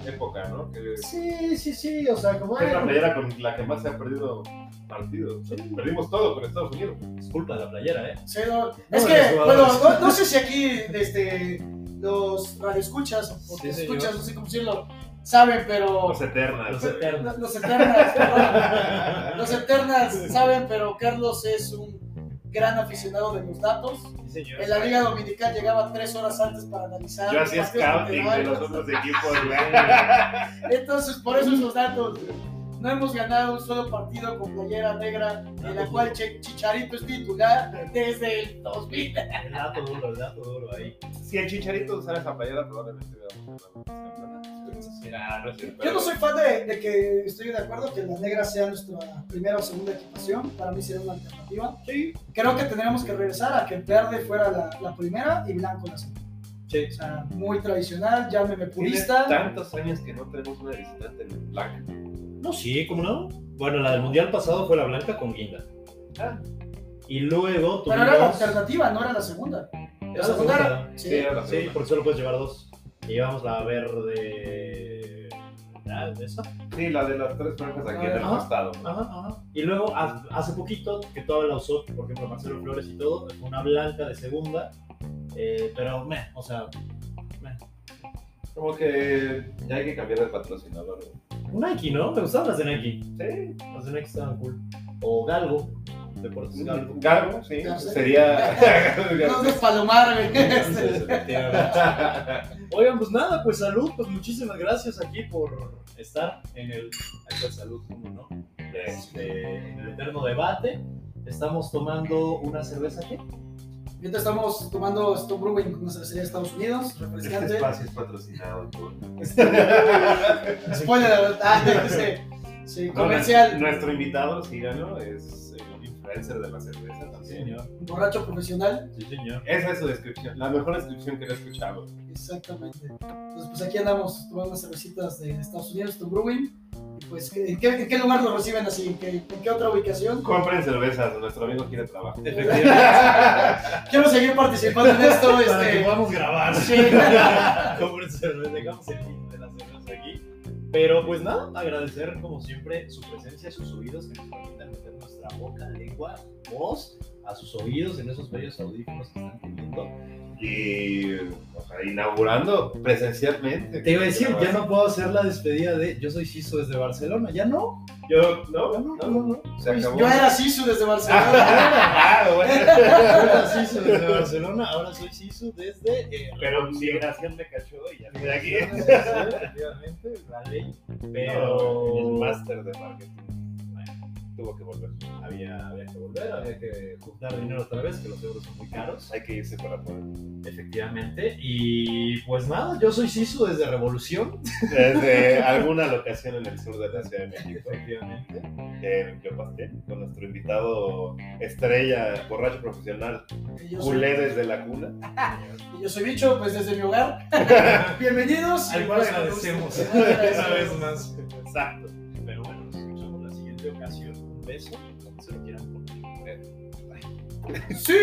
Speaker 2: época, ¿no? Que es
Speaker 1: Sí, sí, sí. O sea, como.
Speaker 2: la playera con la que más se ha perdido partidos. O sea, Perdimos todo con Estados Unidos.
Speaker 1: Es culpa de la playera, ¿eh?
Speaker 3: Sí, no,
Speaker 1: No,
Speaker 3: es
Speaker 1: los
Speaker 3: que, bueno,
Speaker 1: jugadores.
Speaker 3: no, no sé si aquí este, los radioescuchas, o
Speaker 1: Sí, señor.
Speaker 3: escuchas, no sé cómo decirlo, saben, pero.
Speaker 2: Los Eternas.
Speaker 1: Los eternos.
Speaker 3: Los Eternas, perdón. los Eternas saben, pero Carlos es un gran aficionado de los datos.
Speaker 1: Sí, señor.
Speaker 3: En la Liga Dominical llegaba tres horas antes para analizar.
Speaker 2: Yo hacía
Speaker 3: los
Speaker 2: scouting de
Speaker 3: partidos
Speaker 2: los
Speaker 3: anteriores.
Speaker 2: otros equipos, güey.
Speaker 3: Entonces, por eso esos datos. No hemos ganado un solo partido con playera negra, en la cual Che- Chicharito es titular desde el 2000.
Speaker 1: El dato duro, el dato duro ahí.
Speaker 2: Si el Chicharito usara esa playera, probablemente hubiéramos ganado.
Speaker 1: Mira, no es cierto.
Speaker 3: Yo no soy fan de, de que estoy de acuerdo que la negra sea nuestra primera o segunda equipación. Para mí sería una alternativa.
Speaker 1: Sí.
Speaker 3: Creo que tendríamos que regresar a que verde fuera la, la primera y blanco la segunda.
Speaker 1: Sí.
Speaker 3: O sea, muy tradicional, llámeme
Speaker 2: Tiene
Speaker 3: purista.
Speaker 2: tantos años que no tenemos una visitante en blanca.
Speaker 1: No, sí, ¿cómo no? Bueno, la del mundial pasado fue la blanca con guinda.
Speaker 2: Ah.
Speaker 1: Y luego
Speaker 3: Pero era la
Speaker 1: tuvimos.
Speaker 3: alternativa, no era la segunda.
Speaker 1: Era la segunda.
Speaker 3: Sí.
Speaker 2: era la
Speaker 1: Sí,
Speaker 2: segunda. Eh,
Speaker 1: porque solo puedes llevar dos. Y llevamos la verde. Ah, ¿Esa?
Speaker 2: Sí, la de las tres franjas aquí en el
Speaker 1: Ajá.
Speaker 2: costado.
Speaker 1: Ajá, ajá. Y luego, haz- hace poquito, que toda la usó, por ejemplo, Marcelo Flores y todo, fue una blanca de segunda, eh, pero, meh, o sea,
Speaker 2: Como que ya hay que cambiar de patrocinador. güey.
Speaker 1: Nike, ¿no? Me gustaban las de Nike.
Speaker 2: Sí. pues,
Speaker 1: Las de Nike estaban cool. O Galgo, Deportes Galgo.
Speaker 2: Garbo, sí.
Speaker 3: Ya sé.
Speaker 2: Sería.
Speaker 3: [LAUGHS]
Speaker 2: [LAUGHS]
Speaker 3: No de Palomar, güey.
Speaker 1: Entonces, [LAUGHS]
Speaker 2: este
Speaker 1: efectivamente. Oigan, pues nada, pues salud, pues muchísimas gracias aquí por estar en el actual salud, ¿cómo no? Este, en el eterno debate. Estamos tomando una cerveza aquí.
Speaker 3: Ahorita estamos tomando Stone Brewing con nuestra serie de Estados Unidos,
Speaker 2: Este [LAUGHS]
Speaker 3: refrescante.
Speaker 2: espacio es patrocinado por.
Speaker 1: Este,
Speaker 3: Spoiler alert. Ah, sí, sí, comercial.
Speaker 2: Nuestro invitado, Cyrano, es eh, un influencer de la cerveza también.
Speaker 1: señor.
Speaker 3: Borracho profesional.
Speaker 1: Sí,
Speaker 3: [LAUGHS]
Speaker 1: señor.
Speaker 2: Esa es su descripción, la mejor descripción que le he escuchado.
Speaker 3: Exactamente. Entonces, pues aquí andamos tomando unas cervecitas de Estados Unidos, Stone Brewing. Y pues, ¿qué- ¿en qué, en qué lugar lo reciben así? ¿En qué, en qué otra ubicación?
Speaker 2: Compren cervezas, nuestro amigo
Speaker 1: [LAUGHS]
Speaker 2: quiere trabajo.
Speaker 3: Quiero seguir participando en esto.
Speaker 1: Para que
Speaker 3: Este,
Speaker 1: podamos grabar. [LAUGHS]
Speaker 3: sí.
Speaker 1: Compren cerveza, dejamos el link de la cerveza aquí. Pero pues nada, agradecer como siempre su presencia, sus oídos que nos permitan meter nuestra boca, lengua, voz a sus oídos en esos bellos audífonos que están teniendo.
Speaker 2: Y o sea, inaugurando presencialmente.
Speaker 1: Te iba a decir, ya no puedo hacer la despedida de yo soy Siso desde Barcelona, ya no.
Speaker 2: Yo,
Speaker 1: Ya
Speaker 2: no,
Speaker 1: no,
Speaker 2: no,
Speaker 1: [LAUGHS] no, no. Pues
Speaker 2: se acabó.
Speaker 3: Yo era Sisu desde Barcelona.
Speaker 2: [LAUGHS] Ah, bueno.
Speaker 1: Ahora Siso desde Barcelona, ahora soy Siso desde eh,
Speaker 2: Pero migración me cachó y ya estoy aquí.
Speaker 1: [LAUGHS] Sí, efectivamente, la ley, pero
Speaker 2: No, el máster de marketing bueno, tuvo que volver.
Speaker 1: había, había que volver, había que juntar dinero otra vez, que los euros son muy caros,
Speaker 2: Hay que irse para poder.
Speaker 1: efectivamente. Y pues nada, yo soy Sisu desde Revolución,
Speaker 2: Desde alguna locación en el sur de la Ciudad de México,
Speaker 1: efectivamente. [LAUGHS]
Speaker 2: eh, yo pasé con nuestro invitado estrella, borracho profesional,
Speaker 3: Y yo, soy,
Speaker 2: culé desde la cuna.
Speaker 3: y yo soy bicho, pues desde mi hogar. Bienvenidos. pues,
Speaker 1: Al cual agradecemos una vez
Speaker 2: [LAUGHS]
Speaker 1: más.
Speaker 2: Exacto.
Speaker 1: Pero bueno, nos escuchamos la siguiente ocasión. Un beso, como se lo quieran poner.
Speaker 3: Sí.